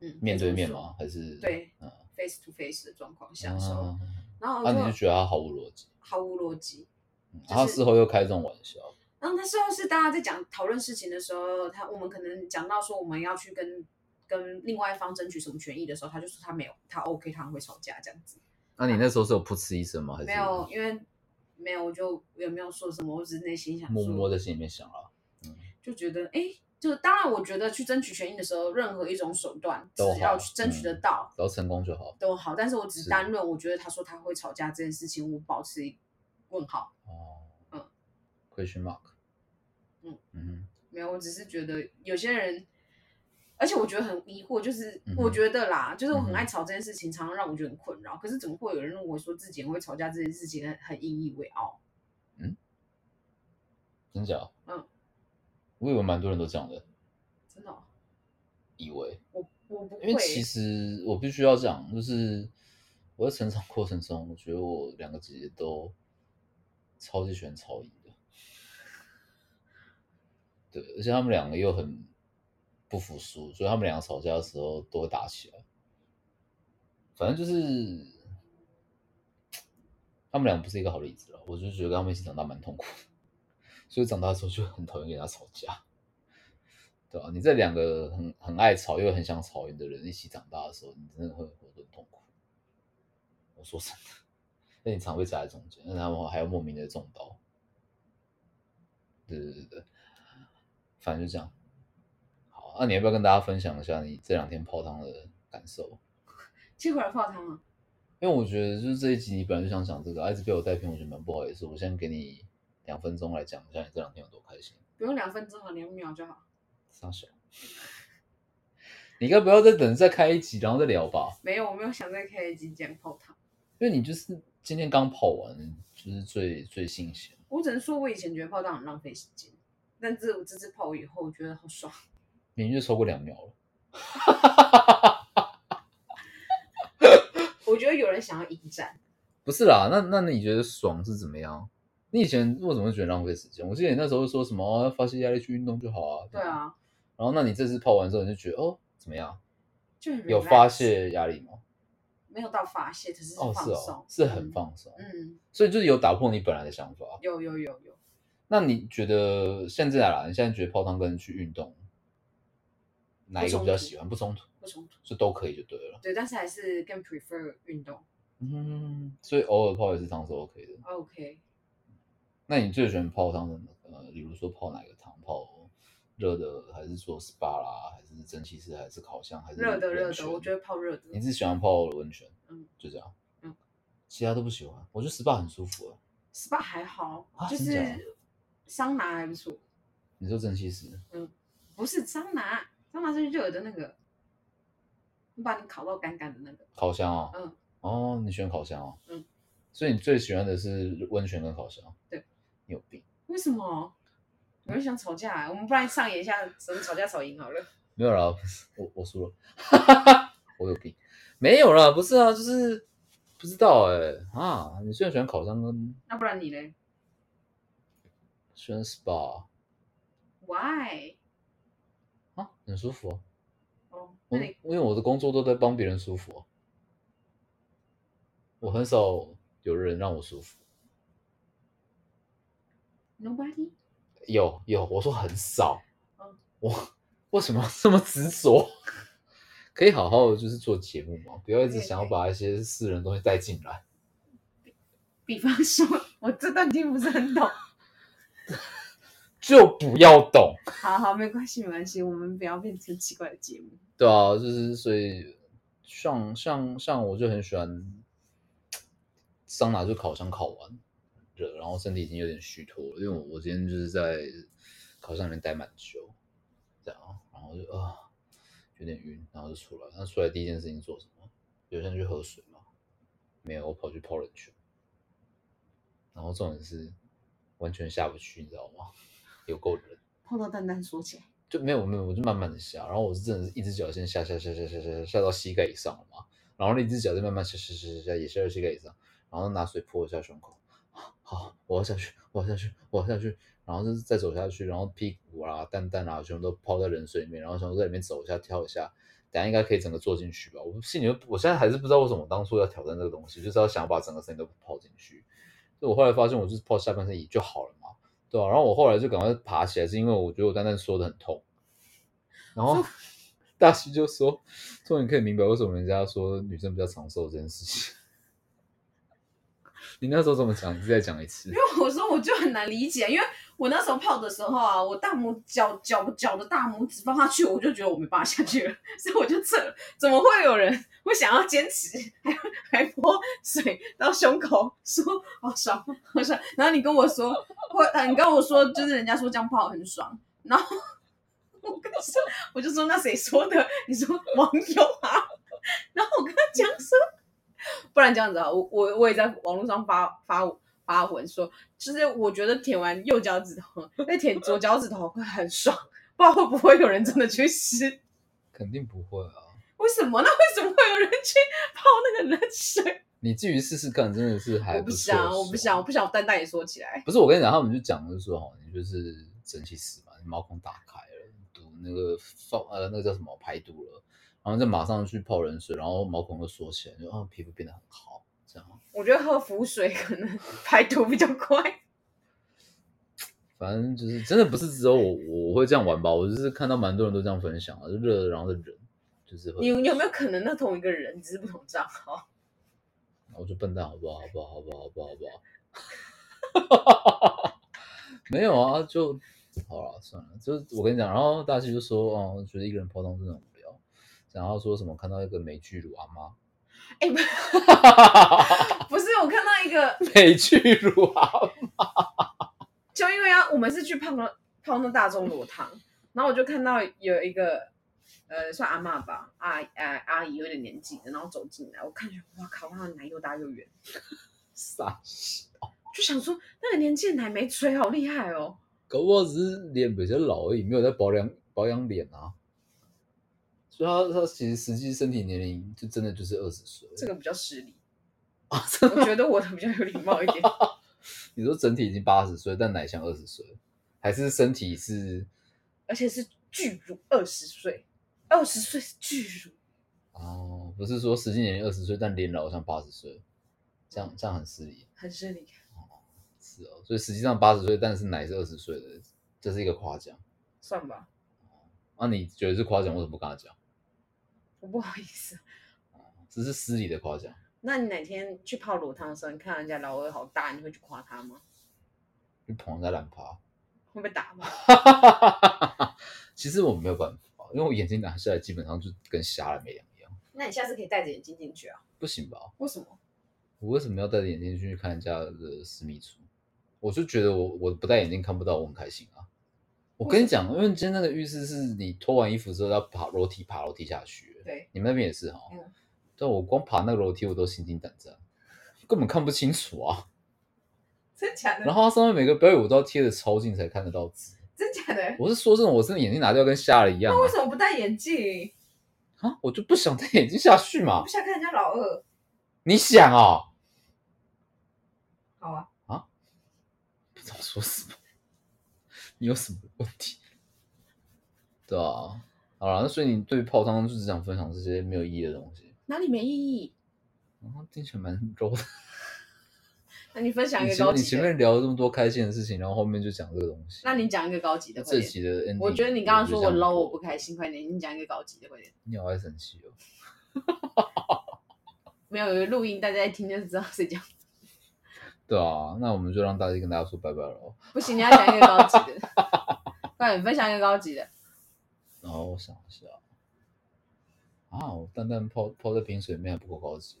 S1: 嗯，
S2: 面对面
S1: 吗？
S2: 吗？还是
S1: 对
S2: 嗯，
S1: ？face to face 的状况下的时候，
S2: 啊，
S1: 然后我
S2: 啊你就
S1: 哦就
S2: 觉得他毫无逻辑，
S1: 毫无逻辑。
S2: 嗯
S1: 就是啊
S2: 然后他事后又开这种玩笑，
S1: 然后那时候是大家在讲讨论事情的时候，他我们可能讲到说我们要去跟跟另外一方争取什么权益的时候，他就说他没有，他 OK，他很会吵架这样子。
S2: 那你那时候是有噗嗤一声吗？还是
S1: 没有，因为没有，我就也没有说什么，我只是内心想说，
S2: 默默在心里面想啊了，
S1: 就觉得，哎，就当然，我觉得去争取权益的时候，任何一种手段，只
S2: 都好
S1: 要去争取得到
S2: 只要成功就好。
S1: 都好。但是我只
S2: 是
S1: 单论，我觉得他说他会吵架这件事情，我保持一问号。
S2: 哦，
S1: 嗯
S2: ，question mark，
S1: 嗯
S2: 嗯哼，
S1: 没有，我只是觉得有些人，而且我觉得很疑惑，就是、
S2: 嗯哼
S1: 我觉得啦，就是我很
S2: 嗯哼
S1: 爱吵这件事情，常常让我觉得很困扰。可是怎么会有人认为说自己很会吵架这件事情很很引以为傲？
S2: 真假？
S1: 嗯，
S2: 我以为蛮多人都这样的，
S1: 真的哦、
S2: 以为。
S1: 我我不会。
S2: 因为其实我必须要讲，就是我在成长过程中，我觉得我两个姐姐都超级喜欢超赢的，对，而且她们两个又很不服输，所以她们两个吵架的时候都会打起来。反正就是他们俩不是一个好例子了。我就觉得跟他们一起长大蛮痛苦的， 所以长大的时候就很讨厌跟人家吵架，对吧、啊你这两个很很爱吵又很想吵赢的人一起长大的时候，你真的会活得很痛苦。我说真的，那你常被夹在中间，那他们还要莫名的中刀。对对对对，反正就这样。好，那你要不要跟大家分享一下你这两天泡汤的感受？
S1: 结果来泡汤啊，
S2: 因为我觉得就是这一集你本来就想讲这个，啊一直被我带偏，我觉得蛮不好意思。我先给你两分钟来讲一下你这两天有多开心。
S1: 不用两分钟啊，两秒就好。
S2: 傻小，你应该不要再等再开一集然后再聊吧，
S1: 没有，我没有想再开一集讲泡汤。
S2: 因为你就是今天刚泡完，就是最最新鲜。
S1: 我只能说，我以前觉得泡汤很浪费时间，但是我这次泡以后，我觉得好爽。
S2: 明明就超过两秒了，
S1: 我觉得有人想要迎战，
S2: 不是啦？那那你觉得爽是怎么样？你以前为什么会觉得浪费时间？我记得你那时候说什么、哦、要发泄压力去运动就好啊。
S1: 对。啊，
S2: 然后那你这次泡完之后你就觉得哦怎么样？
S1: 就很
S2: 有
S1: relax
S2: 发，泄压力吗？
S1: 没有到发泄，只是
S2: 哦
S1: 放
S2: 是
S1: 松，
S2: 哦，是很放松，
S1: 嗯。嗯，
S2: 所以就是有打破你本来的想法。
S1: 有有有有，
S2: 那你觉得现在啦？你现在觉得泡汤跟去运动哪一个比较喜欢？不冲突，
S1: 不冲突。
S2: 就都可以就对了。
S1: 对，但是还是更 prefer 运动。
S2: 嗯，所以偶尔泡一次汤是 OK 的。
S1: OK，
S2: 那你最喜欢泡汤的呃，比如说泡哪个汤？泡热的，还是做 SPA 啦，还是蒸汽室，还是烤箱，还是
S1: 热的热
S2: 温
S1: 的，
S2: 泉
S1: 我觉得泡热的。
S2: 你是喜欢泡温泉，
S1: 嗯，
S2: 就这样，
S1: 嗯，
S2: 其他都不喜欢。我觉得 SPA 很舒服啊。
S1: SPA 还好，
S2: 啊
S1: 就
S2: 真假的
S1: 是桑拿还不错，
S2: 你说蒸汽室，
S1: 不是桑拿，桑拿是热的那个，会把你烤到干干的那个。
S2: 烤箱哦，
S1: 嗯，
S2: 哦，你喜欢烤箱哦，
S1: 嗯，
S2: 所以你最喜欢的是温泉跟烤箱，
S1: 对，
S2: 你有病。
S1: 为什么？我就想吵架、啊我们不然上演一下怎么吵架吵赢好了。
S2: 没有啦，不是我我输了， 我有病，没有啦，不是啊，就是不知道哎、啊，你虽然喜欢烤箱跟
S1: 那不然你嘞
S2: 喜欢 SPA
S1: ？Why？
S2: 啊，很舒服啊，
S1: 哦，
S2: 我
S1: 那
S2: 因
S1: 你
S2: 为我的工作都在帮别人舒服、啊，我很少有人让我舒服，
S1: Nobody？
S2: 有有，我说很少
S1: 嗯，
S2: 我为什么这么执着？ 可以好好的就是做节目嘛，不要一直想要把一些私人的东西带进来。
S1: 比方说， 我这段听不是很懂。
S2: 就不要懂。
S1: 好好，没关系，没关系，我们不要变成奇怪的节目。
S2: 对啊，就是所以像像像我就很喜欢桑拿，就烤箱烤完热，然后身体已经有点虚脱了，因为我我今天就是在烤箱里面待蛮久，这样，然后就啊有点晕，然后就出来。那出来第一件事情做什么？有些人去喝水嘛，没有，我跑去泡冷泉，然后重点是完全下不去，你知道吗？ 有够冷。
S1: 碰到蛋蛋说起来，
S2: 就没有没有，我就慢慢的下，然后我是真的是一只脚先下下下下下下下到膝盖以上了嘛，然后另一只脚再慢慢下下下下下也下到膝盖以上，然后拿水泼一下胸口，好，我要下去，我要下去，我要下去，然后就是再走下去，然后屁股啊、蛋蛋啊，全部都泡在冷水里面，然后想说在里面走一下、跳一下，等一下应该可以整个坐进去吧。我心里就我现在还是不知道为什么我当初要挑战这个东西，就是要想把整个身体都泡进去。就我后来发现，我就是泡下半身也就好了嘛。对啊，然后我后来就赶快爬起来，是因为我觉得我蛋蛋缩的很痛。然后 大西就说：“终于可以明白为什么人家说女生比较长寿这件事情。”你那时候怎么讲？你再讲一次
S1: 因。为我说我就很难理解，因为我那时候泡的时候啊，我大拇脚脚脚的大拇指放下去，我就觉得我没办法下去了，所以我就撤了。怎么会有人会想要坚持，还还泼水到胸口，说好爽好爽？然后你跟我说，或呃你跟我说，就是人家说这样泡很爽，然后我跟你说，我就说那谁说的？你说网友啊？然后我跟他讲说，不然这样子啊，我我我也在网络上发发发文说，就是我觉得舔完右脚趾头，再舔左脚趾头会很爽，不知道会不会有人真的去试？
S2: 肯定不会啊！
S1: 为什么？那为什么会有人去泡那个冷水？
S2: 你至于试试看，真的是还
S1: 我不
S2: 错
S1: 想，我不想，我。不想我蛋蛋也缩起来。
S2: 不是我跟你讲，他们就讲就是说，哦，你就是蒸汽室嘛，你毛孔打开了，堵那个放呃那个叫什么排毒了，然后再马上去泡冷水，然后毛孔就缩起来，就啊皮肤变得很好，这样。
S1: 我觉得喝浮水可能排毒比较快。
S2: 反正就是真的不是只有我我会这样玩吧，我就是看到蛮多人都这样分享啊，就热的然后的人就是会
S1: 你，你有没有可能那同一个人只是不同账号？
S2: 然后就笨蛋好不好？好不好？好不好？好不好？好不好？ 没有啊，就好了，算了。就是我跟你讲，然后大西就说，哦，觉得一个人泡汤真的很无聊，然后说什么看到一个美剧乳阿妈，
S1: 哎、不不是，我看到一个，
S2: 美剧乳阿妈，
S1: 就因为啊，我们是去泡那泡那大众裸汤，然后我就看到有一个呃，算阿嬷吧，阿呃阿姨有点年纪的，然后走进来，我看见，哇靠，她的奶又大又圆，
S2: 傻，
S1: 就想说那个年纪的奶没吹，好厉害哦。
S2: 搞不好只是脸比较老而已，没有在保养保养脸啊。所以他他其实实际身体年龄就真的就是二十岁，
S1: 这个比较失礼，
S2: 啊，真
S1: 我觉得我的比较有礼貌一 点。
S2: 你说整体已经八十岁，但奶像二十岁，还是身体是
S1: 而且是巨乳，二十岁，二十岁是巨乳，
S2: 哦，不是说实际年龄二十岁，但脸老像八十岁，这样这样很失礼。
S1: 很失礼。
S2: 是哦，所以实际上八十岁，但是奶是二十岁的，这是一个夸奖。
S1: 算吧，
S2: 那、你觉得是夸奖，为什么不跟他讲？
S1: 我不好意思。
S2: 这是失礼的夸奖，
S1: 那你哪天去泡裸汤的时候，你看人家老二好大，你会去夸他吗？
S2: 就捧人家懒趴。
S1: 会被打吗？
S2: 其实我没有办法，因为我眼睛拿下来基本上就跟瞎了没两样，
S1: 那你下次可以戴着眼镜进去啊？
S2: 不行吧？
S1: 为什么？
S2: 我为什么要戴着眼镜去看人家的私密处？我就觉得我我不戴眼镜看不到，我很开心啊！我跟你讲，因为今天那个浴室是你脱完衣服之后要爬楼梯，爬楼梯下去。
S1: 对，
S2: 你们那边也是哈。
S1: 嗯
S2: 但我光爬那个楼梯我都心惊胆战，根本看不清楚啊。
S5: 真假的？
S2: 然后它上面每个标语我都要贴的超近才看得到字。
S5: 真假的？
S2: 我是说真的，我真的眼睛拿掉跟瞎了一样
S5: 那为什么不戴眼镜？
S2: 啊！啊，我就不想戴眼镜下去嘛
S5: 不。想看人家老二？
S2: 你想哦，
S5: 好啊，
S2: 不知道说什么，你有什么问题？对啊，好了，那所以你对泡汤就只想分享这些没有意义的东西，
S1: 哪里没意义？
S2: 然后听起来蛮 low 的。
S1: 那你分享一
S2: 你
S1: 个
S2: 前
S1: 高
S2: 你
S1: 级
S2: 前
S1: 的。
S2: 面聊了这么多开心的事情，然后后面就讲这个东西。
S1: 那你讲一个高级的，快
S2: 这
S1: 点。
S2: 期的 ending，
S1: 我觉得你刚刚说我 low，我不
S2: 看，
S1: 开心，快点，你讲一个高级的，快点。
S2: 你好爱生气哦。
S1: 没有有录音，大家一听就知道 谁讲。
S2: 对啊，那我们就让大家跟大家说拜拜了。哦
S1: 不行，你要讲一个高级 的，快点分享一个高级的。
S2: 然后我想一下，啊，我蛋蛋泡泡在冰水里面还不够高级。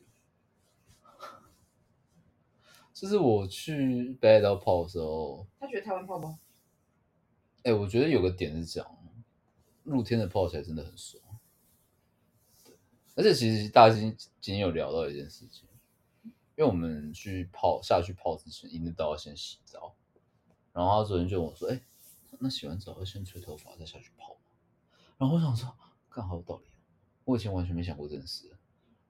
S2: 就是我去北海道泡的时候，
S5: 他觉得台湾泡吗？
S2: 哎、我觉得有个点是这样，露天的泡起来真的很爽。对，而且其实大家今今天有聊到一件事情，因为我们去泡下去泡之前，一定都要先洗澡。然后他昨天就问我说：“哎、那洗完澡要先吹头发再下去泡吗？”然后我想说，干好有道理哦、我以前完全没想过这件事，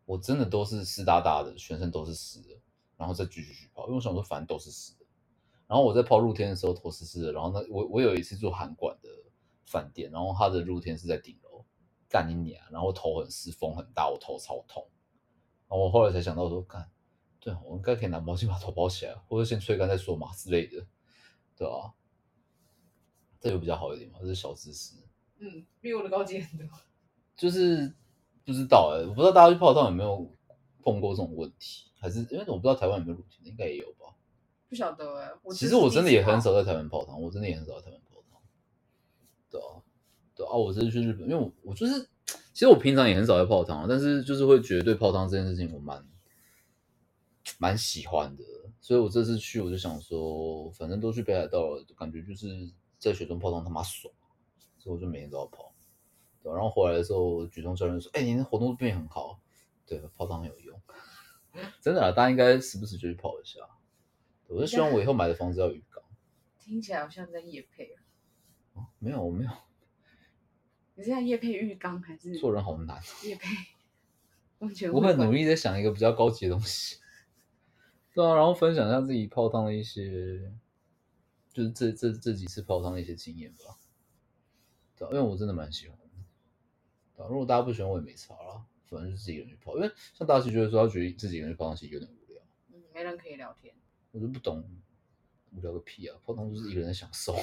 S2: 我真的都是湿哒哒的，全身都是湿的，然后再继续去泡，因为我想说反正都是湿的。然后我在泡露天的时候头湿湿的，然后那我我有一次住韩馆的饭店，然后它的露天是在顶楼，干你娘！然后头很湿，风很大，我头超痛。然后我后来才想到说，干，对啊我应该可以拿毛巾把头包起来，或者先吹干再说嘛之类的，对啊？这就比较好一点嘛，这是小知识。
S5: 嗯，比我的高级很多。
S2: 就是不知道哎、我不知道大家去泡汤有没有碰过这种问题，还是因为我不知道台湾有没有露天的，应该也有吧。
S1: 不晓得哎、我
S2: 其实我真的也很少在台湾泡汤，我真的也很少在台湾泡汤。对啊，对啊，我这次去日本，因为我我就是，其实我平常也很少在泡汤，但是就是会觉得对泡汤这件事情我蛮蛮喜欢的，所以我这次去我就想说，反正都去北海道了，感觉就是在雪中泡汤他妈爽，所以我就每天都要泡。对啊、然后回来的时候，举重教练说：“哎、你的活动度变很好，对，泡汤有用， 真的啦，啊大家应该时不时就去泡一下。”对我就希望我以后买的房子要有浴缸。
S1: 听起来好像在夜配啊。
S2: 哦，没有，我没有，
S1: 你是在夜配浴缸还是
S2: 做人好难。
S1: 夜配？我觉得
S2: 我很努
S1: 力。
S2: 力在想一个比较高级的东西。 对啊，然后分享一下自己泡汤的一些，就是这这这几次泡汤的一些经验吧。对啊、因为我真的蛮喜欢的。对啊如果大家不喜欢我也没差啦，反正就自己一个人去泡。因为像大西觉得说，他觉得自己一个人去泡汤其实有点无聊，
S1: 嗯，没人可以聊天，
S2: 我就不懂无聊个屁啊！泡汤就是一个人在享受。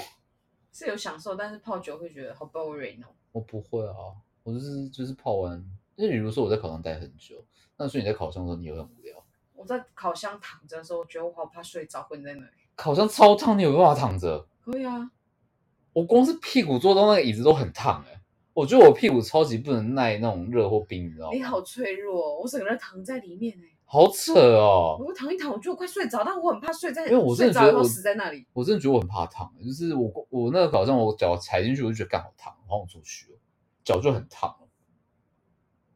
S1: 是有享受，但是泡酒会觉得好 boring 哦。
S2: 我不会啊，我就是就是泡完，因为比如说我在烤箱待很久，那所以你在烤箱的时候你也会很无聊，
S1: 我在烤箱躺着的时候，我觉得我好怕睡着，昏在那里。
S2: 烤箱超烫，你有没有办法躺着？
S1: 可以啊，
S2: 我光是屁股坐到那个椅子都很烫哎、我觉得我屁股超级不能耐那种热或冰，你知道吗？
S1: 你哎好脆弱、哦，我整个人躺在里面哎、
S2: 好扯哦，
S1: 我躺一躺，我觉得我快睡着，但我很怕睡在，
S2: 因为我
S1: 睡
S2: 真的觉
S1: 着以
S2: 得
S1: 后
S2: 我
S1: 死在那里。，
S2: 我真的觉得我很怕烫，欸就是我我那个烤箱，我脚踩进去我就觉得干好烫，然后我出去了，脚就很烫了。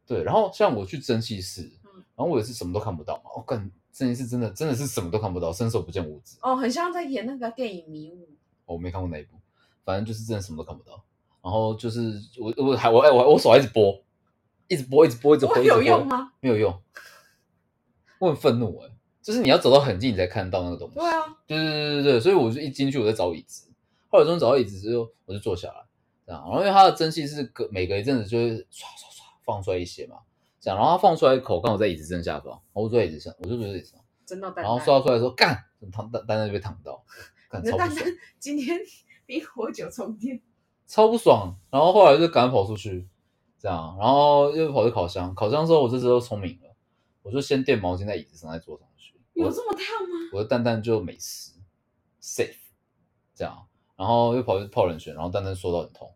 S2: 对，然后像我去蒸汽室，
S1: 嗯
S2: 然后我也是什么都看不到嘛，我、干蒸汽室真的真的是什么都看不到，伸手不见五指。哦
S1: 哦，很像在演那个电影《迷雾》，
S2: 我没看过那一部，反正就是真的什么都看不到。然后就是我我还我哎我我手还一直拨，一直拨一直拨一直
S1: 我
S2: 拨，一直
S1: 有
S2: 拨
S1: 用？吗？
S2: 没有用， 我很愤怒哎、就是你要走到很近你才看到那个东西。
S1: 对啊，
S2: 对对对对对，所以我就一进去我在找椅子，后来终于找到椅子之后，我就坐下来，这样，然后因为它的蒸汽是隔每隔一阵子就会唰唰唰放出来一些嘛，这样，然后它放出来的口刚好在椅子正下方，然后我坐在椅子上，我就坐在椅子上，
S1: 真的蛋
S2: 然
S1: 蛋
S2: 后，刷出来的时候，干，烫蛋蛋蛋就被 烫到，干
S1: 你
S2: 超
S1: 的蛋
S2: 不爽
S1: 蛋，今天冰火九重天，
S2: 超不爽，然后后来就赶快跑出去，这样，然后又跑去烤箱，烤箱之后我这时候聪明了，我就先垫毛巾在椅子上再坐上去，我
S1: 有这么烫吗？
S2: 我的蛋蛋就没事，safe，这样，然后又跑去泡冷水，然后蛋蛋缩到很痛，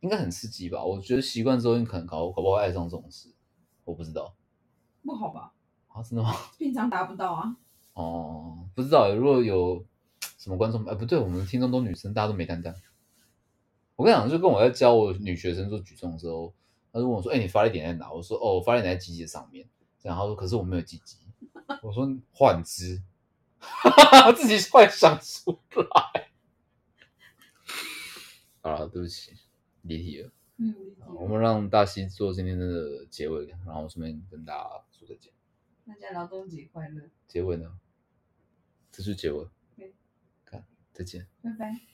S2: 应该很刺激吧？我觉得习惯之后，你可能搞搞不好会爱上这种事，我不知道
S5: 不好吧？
S2: 啊，真的吗？
S5: 平常达不到啊。
S2: 哦，不知道耶，如果有什么观众，哎，不对，我们听众都女生，大家都没蛋蛋。我跟你讲，就跟我在教我女学生做举重的时候，她就问我说：“哎、你发力点在哪？”我说：“哦，我发力点在鸡鸡的上面。”然后她说：“可是我没有鸡鸡。”我说：“换只。” 自己幻想出来。好了，对不起，离题了。
S5: 嗯，
S2: 好我们让大西做今天的结尾，然后顺便跟大家说再见。
S5: 大家劳动节快乐，
S2: 结尾呢？这是结尾
S5: 对。
S2: 看，再见。
S5: 拜拜。